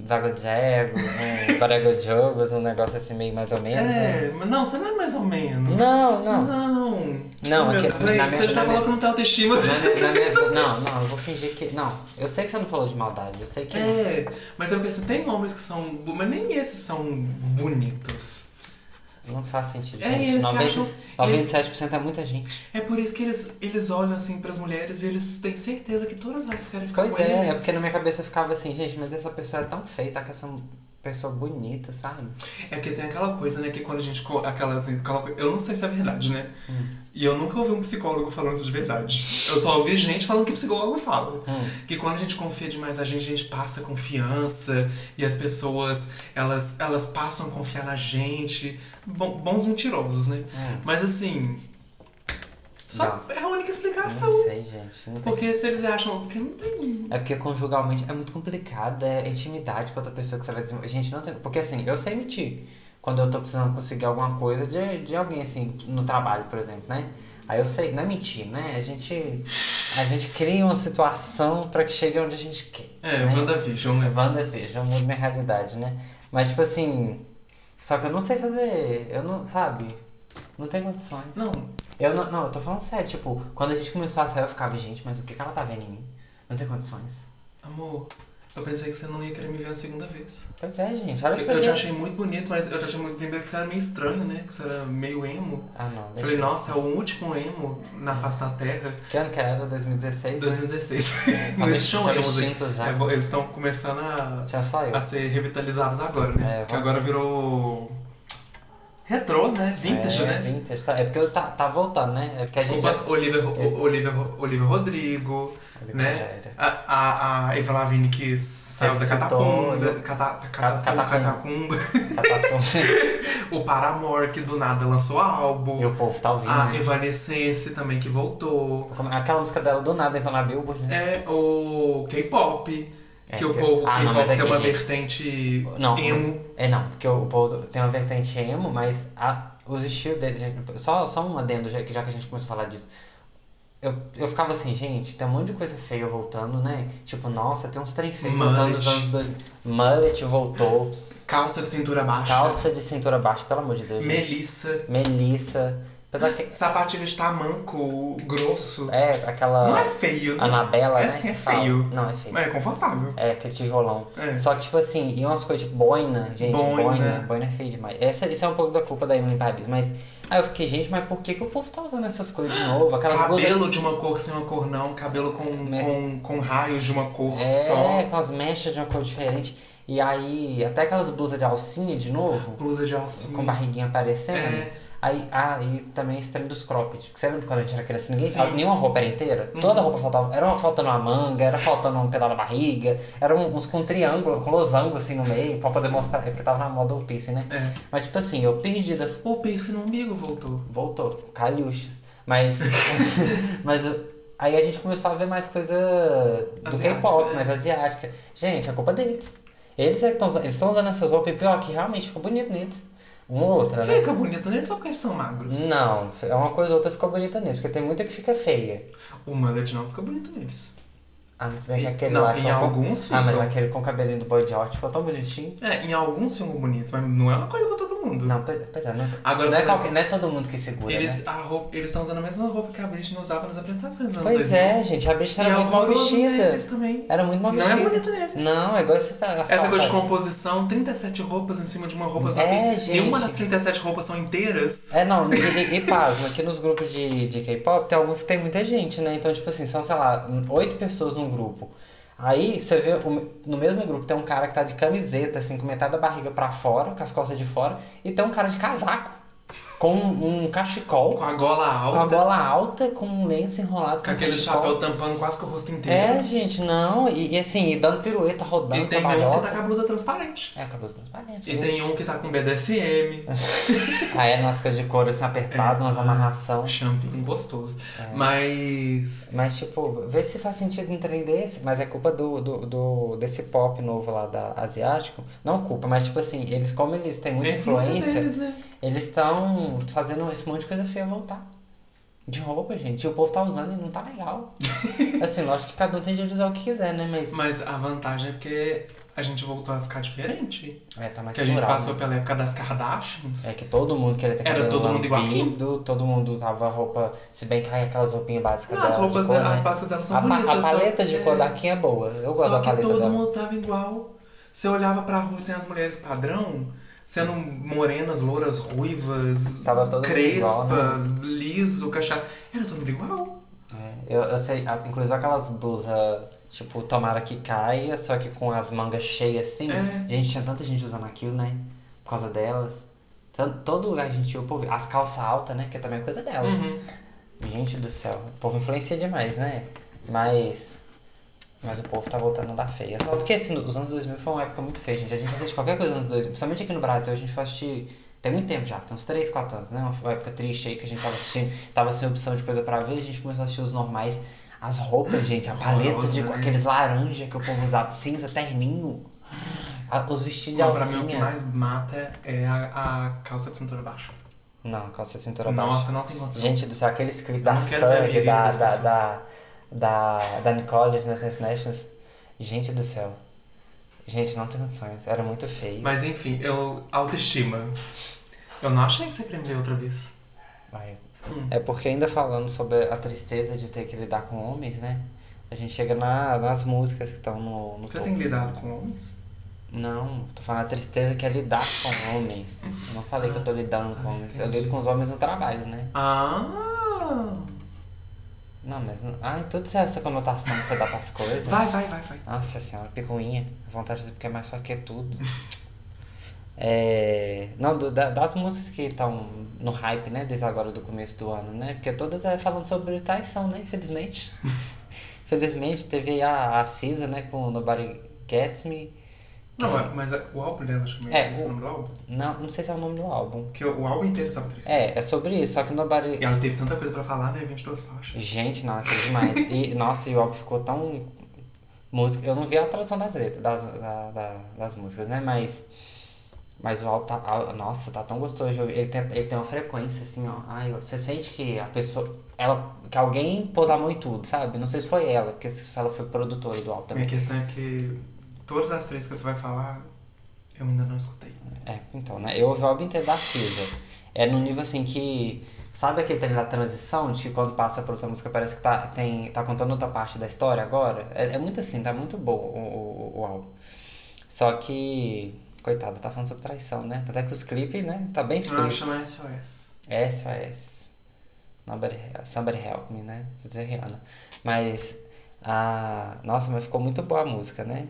Speaker 1: Vago de egos, um varego de jogos, um negócio assim meio mais ou menos. né?
Speaker 2: É, mas não, você não é mais ou menos.
Speaker 1: Não, não.
Speaker 2: Não.
Speaker 1: Não,
Speaker 2: Meu
Speaker 1: aqui-
Speaker 2: Deus,
Speaker 1: na
Speaker 2: você
Speaker 1: minha-
Speaker 2: já
Speaker 1: na
Speaker 2: falou que não tem autoestima.
Speaker 1: Na minha- na minha- é não, é não, eu vou fingir que. Não, eu sei que você não falou de maldade, eu sei que. não.
Speaker 2: É, mas eu penso, tem homens que são. bu- Mas nem esses são bonitos.
Speaker 1: Não faz sentido,
Speaker 2: É,
Speaker 1: gente.
Speaker 2: eles
Speaker 1: 90,
Speaker 2: acham-
Speaker 1: 97% é muita gente.
Speaker 2: É por isso que eles, eles olham assim pras mulheres e eles têm certeza que todas elas querem ficar
Speaker 1: Pois
Speaker 2: com
Speaker 1: é, é
Speaker 2: eles.
Speaker 1: porque na minha cabeça eu ficava assim, gente, mas essa pessoa é tão feia, tá com essa pessoa bonita, sabe?
Speaker 2: É porque tem aquela coisa, né, que quando a gente. co- Aquela, assim, aquela coi- eu não sei se é verdade, né?
Speaker 1: Hum.
Speaker 2: E eu nunca ouvi um psicólogo falando isso de verdade. Eu só ouvi gente falando que psicólogo fala.
Speaker 1: Hum.
Speaker 2: Que quando a gente confia demais, a gente, a gente passa confiança e as pessoas elas, elas passam a confiar na gente. Bom- bons mentirosos, né?
Speaker 1: É.
Speaker 2: Mas assim. Só é a
Speaker 1: Não
Speaker 2: única explicação.
Speaker 1: sei, gente. Não tem...
Speaker 2: Porque se eles acham. Porque não tem.
Speaker 1: É porque conjugalmente é muito complicado, é intimidade com outra pessoa que você vai desenvolver. Gente, não tem. Porque assim, eu sei mentir. Quando eu tô precisando conseguir alguma coisa de, de alguém, assim, no trabalho, por exemplo, né? Aí eu sei, não é mentir, né? A gente, a gente cria uma situação pra que chegue onde a gente quer.
Speaker 2: É,
Speaker 1: né?
Speaker 2: WandaVision, né?
Speaker 1: WandaVision muda minha realidade, né? Mas, tipo assim. Só que eu não sei fazer. Eu não. Sabe? Não tem condições.
Speaker 2: Não,
Speaker 1: Eu não, não, eu tô falando sério. Tipo, quando a gente começou a sair, eu ficava, gente, mas o que, que ela tá vendo em mim? Não tem condições.
Speaker 2: amor, eu pensei que você não ia querer me ver a segunda vez.
Speaker 1: Pois é, gente. Olha
Speaker 2: Eu,
Speaker 1: que
Speaker 2: eu te achei muito bonito, mas eu te achei muito. Primeiro que você era meio estranho, né? Que você era meio emo.
Speaker 1: Ah, não.
Speaker 2: Eu
Speaker 1: Deixa
Speaker 2: falei,
Speaker 1: eu-
Speaker 2: nossa, é o último emo na face da Terra.
Speaker 1: Que ano que era? 2016?
Speaker 2: 2016.
Speaker 1: Né?
Speaker 2: Não
Speaker 1: Eles
Speaker 2: existiam
Speaker 1: tinham
Speaker 2: emos aí.
Speaker 1: extintos já.
Speaker 2: É, vo- eles estão começando a,
Speaker 1: Tinha só eu.
Speaker 2: a ser revitalizados agora,
Speaker 1: É,
Speaker 2: né? Porque
Speaker 1: vamos-
Speaker 2: agora virou. retrô, né? Vintage,
Speaker 1: é,
Speaker 2: né?
Speaker 1: Vintage, tá. É porque eu tá, tá voltando, né? É porque a gente.
Speaker 2: Opa, Oliver,
Speaker 1: Esse-
Speaker 2: o, Oliver, Oliver Rodrigo,
Speaker 1: Olha,
Speaker 2: né?
Speaker 1: já era.
Speaker 2: A, a, a Eva Lavigne que saiu da
Speaker 1: Ressuscitou,
Speaker 2: catacumba,
Speaker 1: né?
Speaker 2: cata, cata,
Speaker 1: catacumba.
Speaker 2: catacumba,
Speaker 1: Catatu-
Speaker 2: o Paramore que do nada lançou álbum,
Speaker 1: e o povo tá ouvindo.
Speaker 2: a
Speaker 1: né?
Speaker 2: Evanescence Ah, também que voltou,
Speaker 1: Como- Aquela música dela do nada entrou na Billboard, né?
Speaker 2: é o K-pop,
Speaker 1: É,
Speaker 2: que o
Speaker 1: que-
Speaker 2: povo
Speaker 1: Ah, não,
Speaker 2: K-pop
Speaker 1: mas é
Speaker 2: tem
Speaker 1: que,
Speaker 2: uma
Speaker 1: gente-
Speaker 2: vertente
Speaker 1: Não, mas-
Speaker 2: emo.
Speaker 1: É, não, porque o povo tem uma vertente emo, mas a- os estilos deles. gente, Só, só um adendo, já, que- já que a gente começou a falar disso. Eu, eu ficava assim, gente, tem um monte de coisa feia voltando, né? Tipo, nossa, tem uns trem feio voltando dos
Speaker 2: Mullet.
Speaker 1: anos 2000. Mullet voltou,
Speaker 2: Calça de cintura baixa,
Speaker 1: calça de cintura baixa, pelo amor de Deus. gente.
Speaker 2: Melissa,
Speaker 1: Melissa. Apesar que.
Speaker 2: sapatilha de tamanco grosso.
Speaker 1: É, aquela.
Speaker 2: Não é feio, né?
Speaker 1: Anabela,
Speaker 2: É
Speaker 1: né?
Speaker 2: sim,
Speaker 1: que
Speaker 2: é
Speaker 1: fala.
Speaker 2: feio.
Speaker 1: Não, é feio.
Speaker 2: Mas é confortável.
Speaker 1: É, que é tijolão.
Speaker 2: É.
Speaker 1: Só que, tipo assim, e umas coisas tipo boina, gente, boina,
Speaker 2: Boina.
Speaker 1: boina, é feio demais. Essa, isso é um pouco da culpa da Emily em Paris, mas. Aí eu fiquei, gente, mas por que, que o povo tá usando essas coisas de novo? Aquelas blusas.
Speaker 2: Cabelo de uma cor sem uma cor não, cabelo com,
Speaker 1: Me-
Speaker 2: com, com raios de uma cor
Speaker 1: É,
Speaker 2: só,
Speaker 1: com as mechas de uma cor diferente. E aí, até aquelas blusas de alcinha de novo,
Speaker 2: blusa de alcinha.
Speaker 1: com barriguinha aparecendo.
Speaker 2: É,
Speaker 1: Aí, ah, e também esse trem dos cropped. Que você lembra quando a gente era criança? Ninguém,
Speaker 2: Sim.
Speaker 1: nenhuma roupa era inteira?
Speaker 2: Uhum.
Speaker 1: Toda roupa faltava. Era uma faltando uma manga, era faltando um pedaço da barriga, era um- uns com triângulo, com losango assim no meio, pra poder mostrar. é Porque tava na moda o piercing, né?
Speaker 2: é.
Speaker 1: Mas tipo assim, eu perdida.
Speaker 2: O piercing no umbigo voltou.
Speaker 1: Voltou, caliuches. Mas. mas eu- aí a gente começou a ver mais coisa do
Speaker 2: Asiática,
Speaker 1: K-pop,
Speaker 2: né?
Speaker 1: mais asiática. Gente, a culpa é deles. Eles é que estão usando essas roupas e pior que realmente ficou bonito neles. Uma ou outra, né?
Speaker 2: Fica bonito nele só porque eles são magros.
Speaker 1: Não, é uma coisa ou outra ficou bonita nisso, porque tem muita que fica feia.
Speaker 2: O mullet não fica bonito neles.
Speaker 1: Ah, mas se bem que
Speaker 2: E-
Speaker 1: aquele
Speaker 2: não,
Speaker 1: lá
Speaker 2: em
Speaker 1: que é um-
Speaker 2: alguns
Speaker 1: Ah, mas
Speaker 2: ficam.
Speaker 1: aquele com o cabelinho do Boy George ficou tão bonitinho.
Speaker 2: É, em alguns ficam bonitos, mas não é uma coisa pra todo mundo.
Speaker 1: Não, pois é, pois é, não,
Speaker 2: Agora,
Speaker 1: não, é
Speaker 2: por
Speaker 1: qualquer-
Speaker 2: exemplo,
Speaker 1: não é todo mundo que segura, né?
Speaker 2: eles a roupa- eles estão usando a mesma roupa que a Britney usava nas apresentações dos anos
Speaker 1: Pois
Speaker 2: 2000.
Speaker 1: é, gente, a bicha
Speaker 2: E
Speaker 1: era
Speaker 2: é
Speaker 1: muito mal
Speaker 2: horroroso
Speaker 1: vestida.
Speaker 2: neles também.
Speaker 1: Era muito mal
Speaker 2: Não é
Speaker 1: vestida.
Speaker 2: bonito neles.
Speaker 1: Não, é igual essa...
Speaker 2: Essa coisa de composição, 37 roupas em cima de uma roupa, só
Speaker 1: É,
Speaker 2: que
Speaker 1: gente.
Speaker 2: nenhuma das 37 roupas são inteiras.
Speaker 1: É, não, e, e, e pasma, aqui nos grupos de, de K-pop tem alguns que tem muita gente, né? Então, tipo assim, são, sei lá, oito pessoas num grupo. Aí você vê o- no mesmo grupo tem um cara que tá de camiseta, assim, com metade da barriga pra fora, com as costas de fora, e tem um cara de casaco, com um, um cachecol,
Speaker 2: Com a gola
Speaker 1: com a
Speaker 2: alta,
Speaker 1: bola alta, com um lenço enrolado,
Speaker 2: com
Speaker 1: com um
Speaker 2: aquele
Speaker 1: cachecol.
Speaker 2: chapéu tampando quase que o rosto
Speaker 1: É,
Speaker 2: inteiro.
Speaker 1: gente, não, e, e assim, e dando pirueta, rodando,
Speaker 2: e tem um que tá com
Speaker 1: trabalhota.
Speaker 2: a blusa transparente.
Speaker 1: É, cabelos transparentes.
Speaker 2: E
Speaker 1: né?
Speaker 2: tem um que tá com
Speaker 1: É.
Speaker 2: BDSM,
Speaker 1: Aí é umas coisas de couro assim apertado,
Speaker 2: É.
Speaker 1: umas amarração.
Speaker 2: champignon gostoso.
Speaker 1: É.
Speaker 2: Mas.
Speaker 1: Mas, tipo, vê se faz sentido um trem desse. Mas é culpa do, do, do- desse pop novo lá da asiático. Não culpa, mas, tipo assim, eles, como eles têm muita
Speaker 2: é influência
Speaker 1: influência,
Speaker 2: deles, né?
Speaker 1: eles estão fazendo esse monte de coisa feia voltar. De roupa, gente. E o povo tá usando e não tá legal. assim, lógico que cada um tem direito de usar o que quiser, né? Mas.
Speaker 2: Mas a vantagem é que a gente voltou a ficar diferente.
Speaker 1: É, tá mais
Speaker 2: que a gente
Speaker 1: plural,
Speaker 2: passou
Speaker 1: né?
Speaker 2: pela época das Kardashians.
Speaker 1: É que todo mundo queria ter
Speaker 2: Era
Speaker 1: cabelo
Speaker 2: todo mundo igual
Speaker 1: lambido, todo mundo usava roupa, se bem que ai, aquelas roupinhas básicas
Speaker 2: Não, Ah, as
Speaker 1: dela de
Speaker 2: roupas
Speaker 1: cor,
Speaker 2: dela,
Speaker 1: né?
Speaker 2: as pastas dela são
Speaker 1: A, pa- a
Speaker 2: bonitas. só
Speaker 1: paleta de
Speaker 2: que-
Speaker 1: cor da Kim é boa. Eu gosto
Speaker 2: Só
Speaker 1: da
Speaker 2: que
Speaker 1: paleta
Speaker 2: todo
Speaker 1: dela.
Speaker 2: mundo tava igual. Você olhava pra rua sem as mulheres padrão, sendo morenas, louras, ruivas,
Speaker 1: Tava todo mundo
Speaker 2: crespa,
Speaker 1: igual, né?
Speaker 2: liso, cachaça. Era todo mundo igual.
Speaker 1: É, eu, eu sei, a- inclusive aquelas blusas, tipo, tomara que caia, só que com as mangas cheias assim.
Speaker 2: É.
Speaker 1: Gente, tinha tanta gente usando aquilo, né? Por causa delas. Tan- Todo lugar a gente ia, o povo. As calças altas, né? Que também é coisa dela.
Speaker 2: Uhum.
Speaker 1: Gente do céu, o povo influencia demais, né? Mas. Mas o povo tá voltando da feia. Só porque assim, os anos 2000 foi uma época muito feia, gente. A gente assiste qualquer coisa nos anos 2000, principalmente aqui no Brasil, a gente foi assistir. Tem muito tempo já, tem uns 3, 4 anos, né? Uma época triste aí que a gente tava assistindo, tava sem opção de coisa pra ver, a gente começou a assistir os normais. As roupas, gente, a paleta de
Speaker 2: Horrorosa, né?
Speaker 1: aqueles laranja que o povo usava, cinza, terninho. Ah, Os vestidos de
Speaker 2: Mas pra mim o que
Speaker 1: alcinha.
Speaker 2: mais mata é a, a calça de cintura baixa.
Speaker 1: Não, calça de cintura baixa.
Speaker 2: Nossa, não tem condição.
Speaker 1: Gente do céu, aqueles clipes da
Speaker 2: não quero ver a
Speaker 1: Ferg,
Speaker 2: virilha
Speaker 1: da,
Speaker 2: das
Speaker 1: da,
Speaker 2: pessoas.
Speaker 1: da, da, da Nicole, nas Nations. Gente do céu. Gente, não tem condições. Era muito feio.
Speaker 2: Mas enfim, eu. Autoestima. Eu não achei que você queria me ver outra vez.
Speaker 1: Vai.
Speaker 2: Hum.
Speaker 1: É porque ainda falando sobre a tristeza de ter que lidar com homens, né? A gente chega na- nas músicas que estão no, no
Speaker 2: Você
Speaker 1: topo.
Speaker 2: tem lidado com homens?
Speaker 1: Não, tô falando a tristeza que é lidar com homens. Eu não falei que eu tô lidando com homens. Eu lido com os homens no trabalho, né?
Speaker 2: Ah!
Speaker 1: Não, mas... não- Ai, toda essa conotação que você dá pras coisas...
Speaker 2: Vai, vai, vai, vai.
Speaker 1: Nossa senhora, picuinha. A vontade de dizer porque é mais fácil que é tudo. É, Não, do- da- das músicas que estão no hype, né? Desde agora do começo do ano, né? Porque todas é falando sobre traição, né? Infelizmente. Infelizmente, teve aí a, a Cisa, né? Com Nobody Gets Me. Que
Speaker 2: Não,
Speaker 1: assim,
Speaker 2: é- mas é- o álbum dela chama
Speaker 1: É,
Speaker 2: esse
Speaker 1: o-
Speaker 2: nome do álbum?
Speaker 1: não, não sei se é o nome do álbum.
Speaker 2: Porque o álbum inteiro sabe três.
Speaker 1: É, é sobre isso, só que Nobody.
Speaker 2: E ela teve tanta coisa pra falar, né? 22 faixas.
Speaker 1: Gente, não, aquilo é demais. E, nossa, e o álbum ficou tão. Música. Eu não vi a tradução das letras, das, da- da- das músicas, né? Mas. Mas o álbum tá. ah, Nossa, tá tão gostoso de ouvir. Ele tem, ele tem uma frequência, assim, ó. Ai, você sente que a pessoa. Ela, que alguém pôs a mão em tudo, sabe? Não sei se foi ela, porque se se ela foi produtora do álbum também.
Speaker 2: Minha questão é que todas as três que você vai falar, eu ainda não escutei.
Speaker 1: É, então, né? Eu ouvi o álbum inteiro da Cisa. É num nível assim que. Sabe aquele treino da transição? De que quando passa pra outra música parece que tá, tem, tá contando outra parte da história agora? É, é muito assim, tá muito bom o, o, o álbum. Só que. Coitada, tá falando sobre traição, né? Tanto é que os clipes, né? Tá bem
Speaker 2: Não,
Speaker 1: explícito.
Speaker 2: chama SOS.
Speaker 1: SOS. Nobody, somebody help me, né? Vou dizer Rihanna. Mas, a... nossa, mas ficou muito boa a música, né?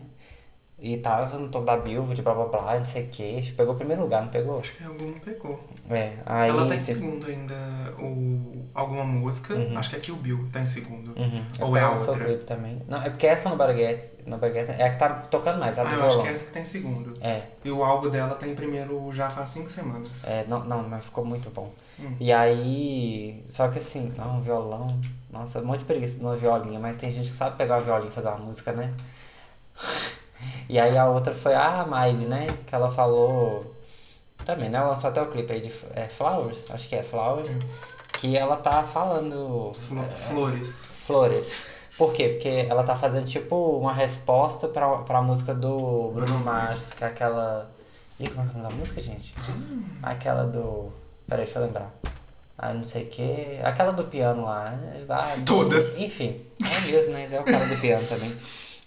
Speaker 1: E tava no topo da Billboard, blá blá blá, não sei o que. Pegou o primeiro lugar, não pegou?
Speaker 2: Acho que algum pegou.
Speaker 1: É, aí...
Speaker 2: Ela tá em
Speaker 1: teve-
Speaker 2: segundo ainda, ou alguma música,
Speaker 1: Uhum.
Speaker 2: acho que é Kill Bill tá em segundo.
Speaker 1: Uhum.
Speaker 2: Ou é a
Speaker 1: Eu sou
Speaker 2: outra?
Speaker 1: clipe também. Não, é porque essa no Barguetes, no Barguetes é a que tá tocando mais, a do
Speaker 2: Ah, eu acho
Speaker 1: violão.
Speaker 2: que é essa que tá em segundo.
Speaker 1: É,
Speaker 2: E o álbum dela tá em primeiro já faz cinco semanas.
Speaker 1: é, não, não, mas ficou muito bom.
Speaker 2: Hum.
Speaker 1: E aí, só que assim, não, violão, nossa, um monte de preguiça numa violinha, mas tem gente que sabe pegar uma violinha e fazer uma música, né? E aí a outra foi a Miley, né? Que ela falou também, né? Ela lançou até o clipe aí de é, Flowers, acho que é Flowers, que ela tá falando
Speaker 2: Flo- Flores.
Speaker 1: Flores. Por quê? Porque ela tá fazendo tipo uma resposta pra, pra música do Bruno
Speaker 2: Bruno
Speaker 1: Mars, que é aquela. Ih, como é que é o nome da música, gente?
Speaker 2: Hum.
Speaker 1: Aquela do. Peraí, deixa eu lembrar. Ah, não sei o que. Aquela do piano lá. né? Ah,
Speaker 2: Todas.
Speaker 1: Enfim, é mesmo, né? É o cara do piano também.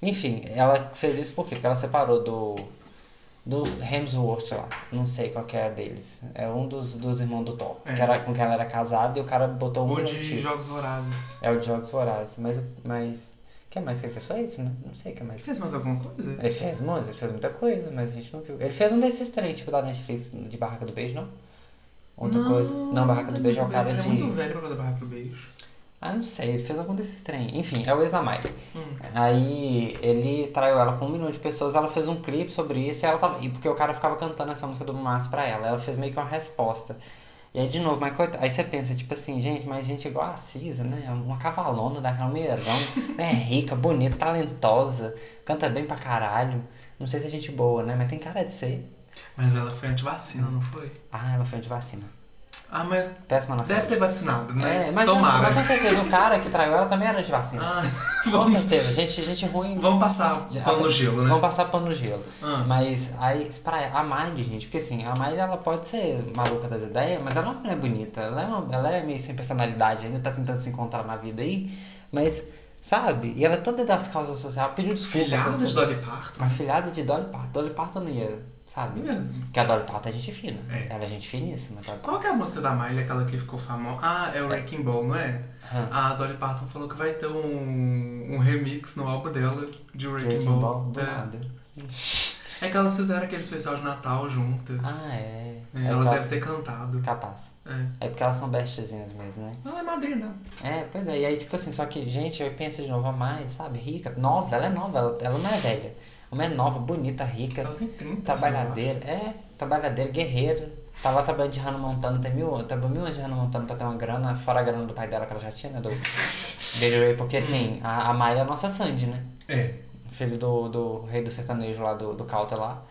Speaker 1: Enfim, ela fez isso por quê? Porque ela separou do. Do Hemsworth lá. Não sei qual que é deles. É um dos, dos irmãos do Thor.
Speaker 2: É.
Speaker 1: Que era, com quem ela era casada e o cara botou um.
Speaker 2: Ou de
Speaker 1: coletivo.
Speaker 2: Jogos Horazes.
Speaker 1: É o de Jogos Vorazes, mas. mas... O que mais que ele fez? Só isso, né? Não sei o que
Speaker 2: Ele
Speaker 1: mais.
Speaker 2: fez mais alguma coisa?
Speaker 1: Ele fez muito, ele fez muita coisa, mas a gente não viu. Ele fez um desses três, tipo da Netflix, de Barraca do Beijo, não? Outra coisa. Não, Barraca do Beijo é o cara
Speaker 2: ele
Speaker 1: de.
Speaker 2: é muito velho pra fazer Barraca do Beijo.
Speaker 1: Ah, não sei, ele fez algum desses trem. Enfim, é o ex da Mike.
Speaker 2: Hum.
Speaker 1: Aí ele traiu ela com um milhão de pessoas, ela fez um clipe sobre isso e ela tava. E porque o cara ficava cantando essa música do Márcio pra ela. Ela fez meio que uma resposta. E aí de novo, mas coitado. Aí você pensa, tipo assim, gente, mas gente igual a Cisa, né? Uma cavalona da Calmeirão, é rica, bonita, talentosa, canta bem pra caralho. Não sei se é gente boa, né? Mas tem cara de ser.
Speaker 2: Mas ela foi antivacina, não foi?
Speaker 1: Ah, ela foi de vacina.
Speaker 2: Ah, mas
Speaker 1: Péssima na
Speaker 2: deve
Speaker 1: saúde.
Speaker 2: ter vacinado, né?
Speaker 1: É, mas,
Speaker 2: Tomara.
Speaker 1: mas com certeza, o cara que traiu ela também era de vacina.
Speaker 2: Ah,
Speaker 1: Com
Speaker 2: vamos,
Speaker 1: certeza, gente, gente ruim.
Speaker 2: vamos passar
Speaker 1: Já- tá
Speaker 2: pano no gelo, né?
Speaker 1: Vamos passar pano no gelo.
Speaker 2: Ah.
Speaker 1: Mas aí, pra a Miley, gente, porque assim, a Miley ela pode ser maluca das ideias, mas ela é uma mulher bonita. Ela é, uma- ela é meio sem personalidade, ainda tá tentando se encontrar na vida aí. Mas, sabe? E ela é toda das causas sociais, ela pediu desculpa. às
Speaker 2: Filhadas
Speaker 1: pessoas.
Speaker 2: de Dolly Parton.
Speaker 1: Uma filhada de Dolly Parton. Dolly Parton não ia sabe?
Speaker 2: É Mesmo.
Speaker 1: Porque a Dolly Parton é gente fina.
Speaker 2: É.
Speaker 1: Ela é gente finíssima. a Dolly Parton.
Speaker 2: Qual que é a música da Miley, aquela que ficou famosa? Ah, é o Wrecking Ball, não é?
Speaker 1: Aham.
Speaker 2: A Dolly Parton falou que vai ter um, um remix no álbum dela de Wrecking
Speaker 1: Wrecking
Speaker 2: Ball.
Speaker 1: Ball, do
Speaker 2: É.
Speaker 1: nada.
Speaker 2: É que elas fizeram aquele especial de Natal juntas.
Speaker 1: Ah, é.
Speaker 2: É,
Speaker 1: É
Speaker 2: elas
Speaker 1: porque
Speaker 2: devem ter cantado.
Speaker 1: Capaz.
Speaker 2: É.
Speaker 1: É porque elas são bestezinhas mesmo, né?
Speaker 2: Ela é madrina.
Speaker 1: É, pois é. E aí, tipo assim, só que, gente, eu penso de novo a mais, sabe? Rica, nova, ela é nova, ela, ela não é velha. Uma é nova, bonita, rica,
Speaker 2: Ela tem 30.
Speaker 1: é trabalhadeira. É, trabalhadeira, guerreira. Tava trabalhando de Hannah Montana, tem mil, trabalhou mil anos de Hannah Montana pra ter uma grana, fora a grana do pai dela que ela já tinha, né? Do Billy Ray, porque assim, a, a Maia é a nossa Sandy, né?
Speaker 2: sei lá. É.
Speaker 1: Filho do, do rei do sertanejo lá, do, do Cauta lá.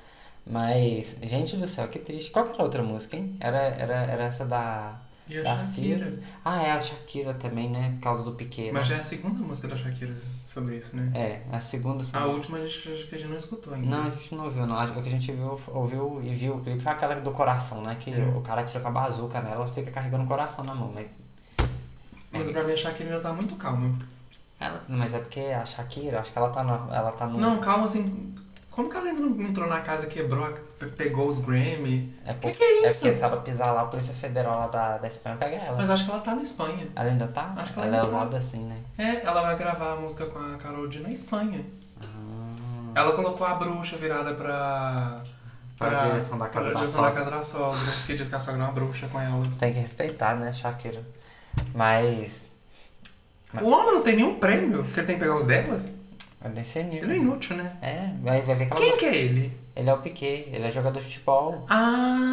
Speaker 1: Mas, gente do céu, que triste. Qual que era a outra música, hein? Era, era, era essa da.
Speaker 2: E a
Speaker 1: da
Speaker 2: Shakira.
Speaker 1: Cira. Ah, é a Shakira também, né? Por causa do Piquet.
Speaker 2: Mas já é a segunda música da Shakira sobre isso, né?
Speaker 1: É, a segunda.
Speaker 2: A
Speaker 1: sim.
Speaker 2: última a gente, acho que a gente não escutou ainda.
Speaker 1: Não, a gente não ouviu, não. Acho que o que a gente viu, ouviu e viu o clipe foi aquela do coração, né? Que
Speaker 2: É.
Speaker 1: o cara tira com a bazuca nela, fica carregando o coração na mão. né? Mas,
Speaker 2: Mas
Speaker 1: é.
Speaker 2: pra mim a Shakira ainda tá muito calma.
Speaker 1: ela- mas é porque a Shakira, acho que ela tá, na, ela tá no.
Speaker 2: Não, calma assim. Como que ela ainda não entrou na casa, quebrou, a- pe- pegou os Grammy?
Speaker 1: É
Speaker 2: Que
Speaker 1: porque,
Speaker 2: que é
Speaker 1: é
Speaker 2: isso?
Speaker 1: porque se ela pisar lá, a Polícia Federal lá da, da Espanha pega ela.
Speaker 2: Mas acho que ela tá na Espanha.
Speaker 1: Ela ainda tá?
Speaker 2: Acho que ela
Speaker 1: é
Speaker 2: ainda tá.
Speaker 1: usada assim, né?
Speaker 2: É, ela vai gravar a música com a Carol D na Espanha.
Speaker 1: Ah,
Speaker 2: Ela colocou a bruxa virada pra.
Speaker 1: Pra direção da casa
Speaker 2: pra
Speaker 1: da
Speaker 2: direção da
Speaker 1: sogra.
Speaker 2: casa da sogra. Que diz que a sogra é uma bruxa com ela.
Speaker 1: tem que respeitar, né, Shakira? Mas. Mas-
Speaker 2: O homem não tem nenhum prêmio, porque ele tem que pegar os dela.
Speaker 1: É desse nível.
Speaker 2: Ele é inútil, né?
Speaker 1: É, vai, vai ver que ela
Speaker 2: Quem que é ele?
Speaker 1: Ele é o Piquet, ele é jogador de futebol.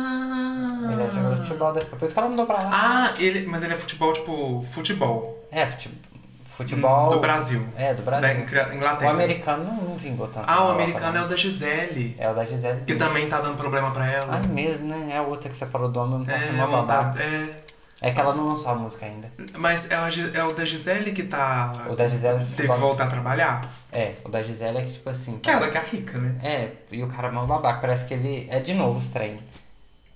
Speaker 2: Ah!
Speaker 1: Ele é jogador de futebol da Espanha. Por isso que ela mudou pra lá.
Speaker 2: Ah, ele. Mas ele é futebol, tipo, futebol.
Speaker 1: É, fute- futebol.
Speaker 2: Do Brasil.
Speaker 1: É, do
Speaker 2: Da
Speaker 1: Brasil.
Speaker 2: Ingr-
Speaker 1: O
Speaker 2: Inglaterra.
Speaker 1: americano não, não vingou tanto.
Speaker 2: Ah, o
Speaker 1: na Europa,
Speaker 2: americano é
Speaker 1: não.
Speaker 2: o da Gisele.
Speaker 1: É o da Gisele.
Speaker 2: Que também tá dando problema pra ela.
Speaker 1: Ah, mesmo, né? É a outra que você falou do homem, não tá
Speaker 2: é,
Speaker 1: sendo uma
Speaker 2: ela tá-
Speaker 1: babaca.
Speaker 2: é.
Speaker 1: É que ela não lançou a música ainda.
Speaker 2: Mas é, a Gi- é o da Gisele que tá.
Speaker 1: O da Gisele é de
Speaker 2: Teve que
Speaker 1: futebol.
Speaker 2: voltar a trabalhar.
Speaker 1: É, o da Gisele é que, tipo assim.
Speaker 2: Que ela que é rica, né?
Speaker 1: É, e o cara é mó babaca, parece que ele. É de novo os trem.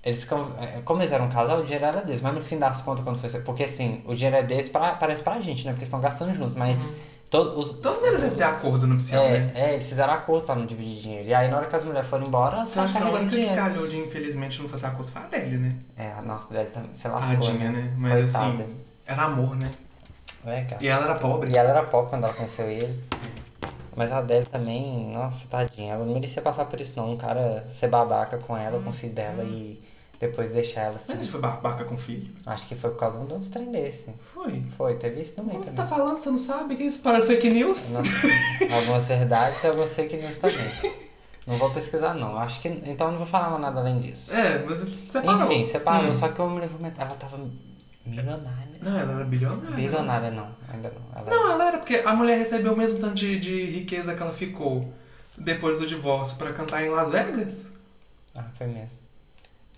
Speaker 1: Eles, ficam- é, como eles eram um casal, o dinheiro era deles, mas no fim das contas, quando foi. ser- Porque assim, o dinheiro é deles pra, parece pra gente, né? Porque eles estão gastando junto, mas. Todos, os,
Speaker 2: Todos eles devem ter acordo nupcial,
Speaker 1: é,
Speaker 2: né?
Speaker 1: é, eles fizeram acordo pra não dividir dinheiro. E aí, na hora que as mulheres foram embora, elas
Speaker 2: Você
Speaker 1: estavam
Speaker 2: acha Tá, que a
Speaker 1: carregando
Speaker 2: única que
Speaker 1: dinheiro.
Speaker 2: calhou de, infelizmente, não fazer acordo foi a Adele, né?
Speaker 1: É, a nossa, deve também, sei lá,
Speaker 2: Tadinha, né? Mas
Speaker 1: Coitada.
Speaker 2: assim, era amor, né?
Speaker 1: É, cara.
Speaker 2: E ela era pobre.
Speaker 1: E ela era pobre quando ela conheceu ele. Mas a Adele também, nossa, tadinha, ela não merecia passar por isso não. Um cara ser babaca com ela, com o filho dela e depois deixar ela
Speaker 2: Mas ele
Speaker 1: assim.
Speaker 2: foi babaca com o filho?
Speaker 1: Acho que foi por causa de uns trem desse.
Speaker 2: Foi.
Speaker 1: Foi, teve isso também
Speaker 2: Como você tá
Speaker 1: também.
Speaker 2: falando? Você não sabe? Que isso? Para fake news?
Speaker 1: Não, algumas verdades eu gostei que nisso também. Não vou pesquisar não. Acho que. Então não vou falar mais nada além disso.
Speaker 2: É, mas separou.
Speaker 1: Enfim, separou,
Speaker 2: Hum.
Speaker 1: só que eu me lembro. Ela tava milionária.
Speaker 2: Não, ela era bilionária. né?
Speaker 1: Bilionária não, ainda não. Ela-
Speaker 2: Ah. Não, ela era porque a mulher recebeu o mesmo tanto de, de riqueza que ela ficou depois do divórcio pra cantar em Las Vegas.
Speaker 1: Ah, foi mesmo.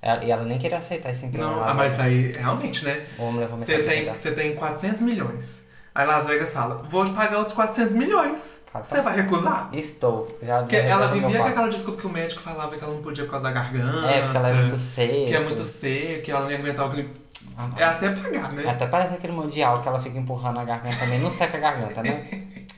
Speaker 1: Ela- e ela nem queria aceitar esse emprego.
Speaker 2: Não,
Speaker 1: ela-
Speaker 2: ah, mas aí realmente, né?
Speaker 1: O homem levou
Speaker 2: Você
Speaker 1: metade
Speaker 2: tem,
Speaker 1: da-
Speaker 2: você tem 400 milhões. Aí Las Vegas fala, vou te pagar outros 400 milhões.
Speaker 1: Tá, tá.
Speaker 2: Você vai recusar?
Speaker 1: Estou. Já
Speaker 2: Porque
Speaker 1: já
Speaker 2: ela
Speaker 1: resolvi meu
Speaker 2: vivia com
Speaker 1: voto.
Speaker 2: aquela desculpa que o médico falava que ela não podia por causa da garganta.
Speaker 1: É, porque ela é muito seca.
Speaker 2: Que é muito seca, que ela não ia aguentar o clima.
Speaker 1: Ah, não.
Speaker 2: É até pagar, né?
Speaker 1: Até parece aquele mundial que ela fica empurrando a garganta também. Não seca a garganta, né?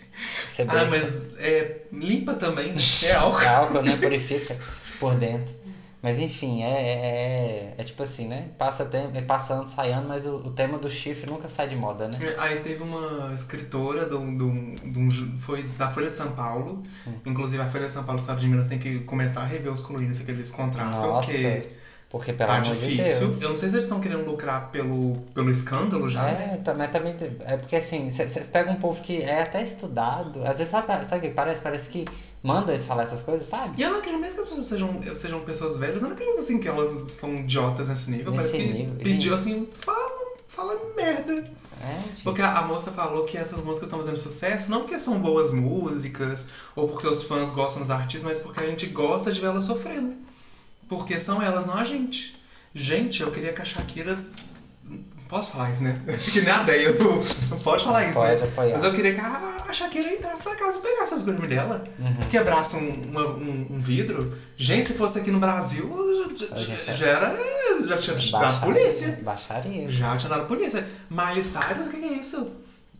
Speaker 1: Você
Speaker 2: Ah, mas é, limpa também, né? É álcool.
Speaker 1: É álcool, né? Purifica por dentro. Mas enfim, é, é, é- é tipo assim, né? Passa tempo, é passando, saindo, mas o, o tema do chifre nunca sai de moda, né?
Speaker 2: Aí teve uma escritora um, do, do, do, um, foi da Folha de São Paulo.
Speaker 1: Hum.
Speaker 2: Inclusive a Folha de São Paulo, Estado de Minas, tem que começar a rever os colunistas que eles contratam,
Speaker 1: Nossa,
Speaker 2: porque
Speaker 1: porque pelo
Speaker 2: tá
Speaker 1: amor
Speaker 2: difícil.
Speaker 1: de Deus.
Speaker 2: Eu não sei se eles estão querendo lucrar pelo, pelo escândalo já, né?
Speaker 1: É, também, também. É porque assim, você pega um povo que é até estudado, às vezes sabe, sabe o que parece? Parece que manda eles falar essas coisas, sabe?
Speaker 2: E eu não quero mesmo que as pessoas sejam, sejam pessoas velhas, eu não acredito assim que elas são idiotas nesse nível.
Speaker 1: Nesse
Speaker 2: Parece
Speaker 1: nível,
Speaker 2: que pediu
Speaker 1: gente.
Speaker 2: assim, fala, fala merda.
Speaker 1: É, gente.
Speaker 2: Porque a a moça falou que essas músicas estão fazendo sucesso não porque são boas músicas ou porque os fãs gostam dos artistas, mas porque a gente gosta de ver elas sofrendo. Porque são elas, não a gente. Gente, eu queria que a Shakira. Posso falar isso, né? Que nem a Deia, não, não pode falar isso,
Speaker 1: Pode
Speaker 2: né?
Speaker 1: apoiar.
Speaker 2: Mas eu queria que a, a Shakira entrasse na casa e pegasse os Grammy dela.
Speaker 1: Uhum.
Speaker 2: Quebrasse um, uma- um- um vidro. Gente, se fosse aqui no Brasil, já,
Speaker 1: A gente
Speaker 2: já,
Speaker 1: é-
Speaker 2: já era. Já tinha dado polícia.
Speaker 1: Baixaria.
Speaker 2: Já tinha dado polícia. Miley Cyrus, o que que é isso?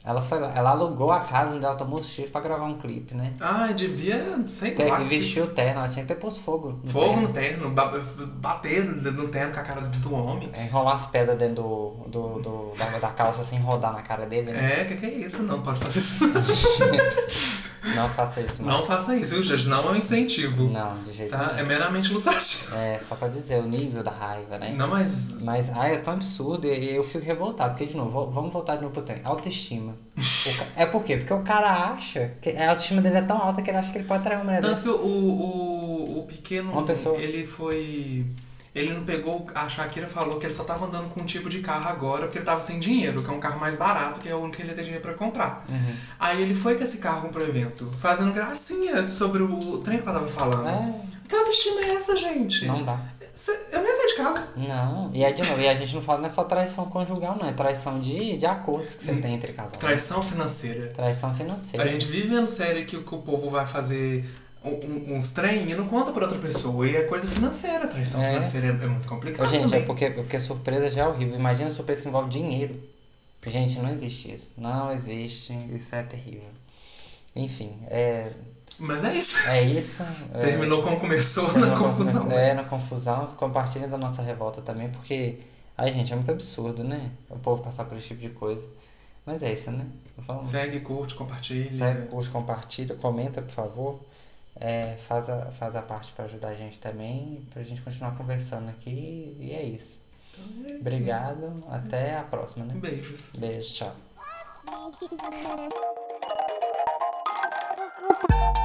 Speaker 1: Ela foi lá, ela alugou a casa onde ela tomou os tiros pra gravar um clipe, né?
Speaker 2: Ah, devia, sei
Speaker 1: Até
Speaker 2: lá.
Speaker 1: que vestiu o terno, ela tinha que ter posto fogo. no
Speaker 2: Fogo
Speaker 1: terno.
Speaker 2: no terno, ba- bater no terno com a cara do homem.
Speaker 1: É, Enrolar as pedras dentro do, do, do- da, da calça sem rodar na cara dele, né?
Speaker 2: É, que que é isso? Não pode fazer isso.
Speaker 1: Não faça isso,
Speaker 2: Não faça isso, viu, gente. Não é um incentivo.
Speaker 1: Não, de jeito
Speaker 2: Tá? É meramente ilustrativo.
Speaker 1: nenhum. É, só pra dizer o nível da raiva, né?
Speaker 2: Não, mas.
Speaker 1: Mas, ai, é tão absurdo e eu fico revoltado. Porque, de novo, vo- vamos voltar de novo pro trem. Autoestima. O ca- É por quê? Porque o cara acha que a autoestima dele é tão alta que ele acha que ele pode trair uma mulher dele.
Speaker 2: Tanto que o, o, o pequeno.
Speaker 1: Uma pessoa.
Speaker 2: Ele foi. Ele não pegou. A Shakira falou que ele só tava andando com um tipo de carro agora porque ele tava sem dinheiro, que é um carro mais barato, que é o único que ele ia ter dinheiro pra comprar.
Speaker 1: Uhum.
Speaker 2: Aí ele foi com esse carro pro evento, fazendo gracinha sobre o trem que ela tava falando. Que autoestima é essa,
Speaker 1: É,
Speaker 2: gente?
Speaker 1: não dá.
Speaker 2: Cê- eu nem saí de casa.
Speaker 1: Não. E aí, de novo, e a gente não fala, não é só traição conjugal, não. É traição de, de acordos que você tem entre casal.
Speaker 2: Traição financeira.
Speaker 1: Traição
Speaker 2: A
Speaker 1: financeira.
Speaker 2: gente vive vendo série que, o- que o povo vai fazer um- um- uns trem e não conta pra outra pessoa. E é coisa financeira. Traição
Speaker 1: É.
Speaker 2: financeira é, é muito
Speaker 1: Ô,
Speaker 2: complicado.
Speaker 1: gente, é
Speaker 2: também.
Speaker 1: porque, porque surpresa já é horrível. Imagina surpresa que envolve dinheiro. Gente, não existe isso. Não existe. Isso é terrível. Enfim, é,
Speaker 2: Mas é isso.
Speaker 1: é isso. É,
Speaker 2: Terminou como começou
Speaker 1: terminou
Speaker 2: na
Speaker 1: com a
Speaker 2: confusão.
Speaker 1: É, na confusão. Compartilhem da nossa revolta também, porque. Ai, gente, é muito absurdo, né? O povo passar por esse tipo de coisa. Mas é isso, né? Não fala mais.
Speaker 2: Segue, curte, compartilha.
Speaker 1: Segue, curte, compartilha, comenta, por favor. É, faz, a, faz a parte pra ajudar a gente também, pra gente continuar conversando aqui. E é isso. Obrigado, até a próxima, né?
Speaker 2: Beijos.
Speaker 1: Beijo, tchau.
Speaker 3: Thank you.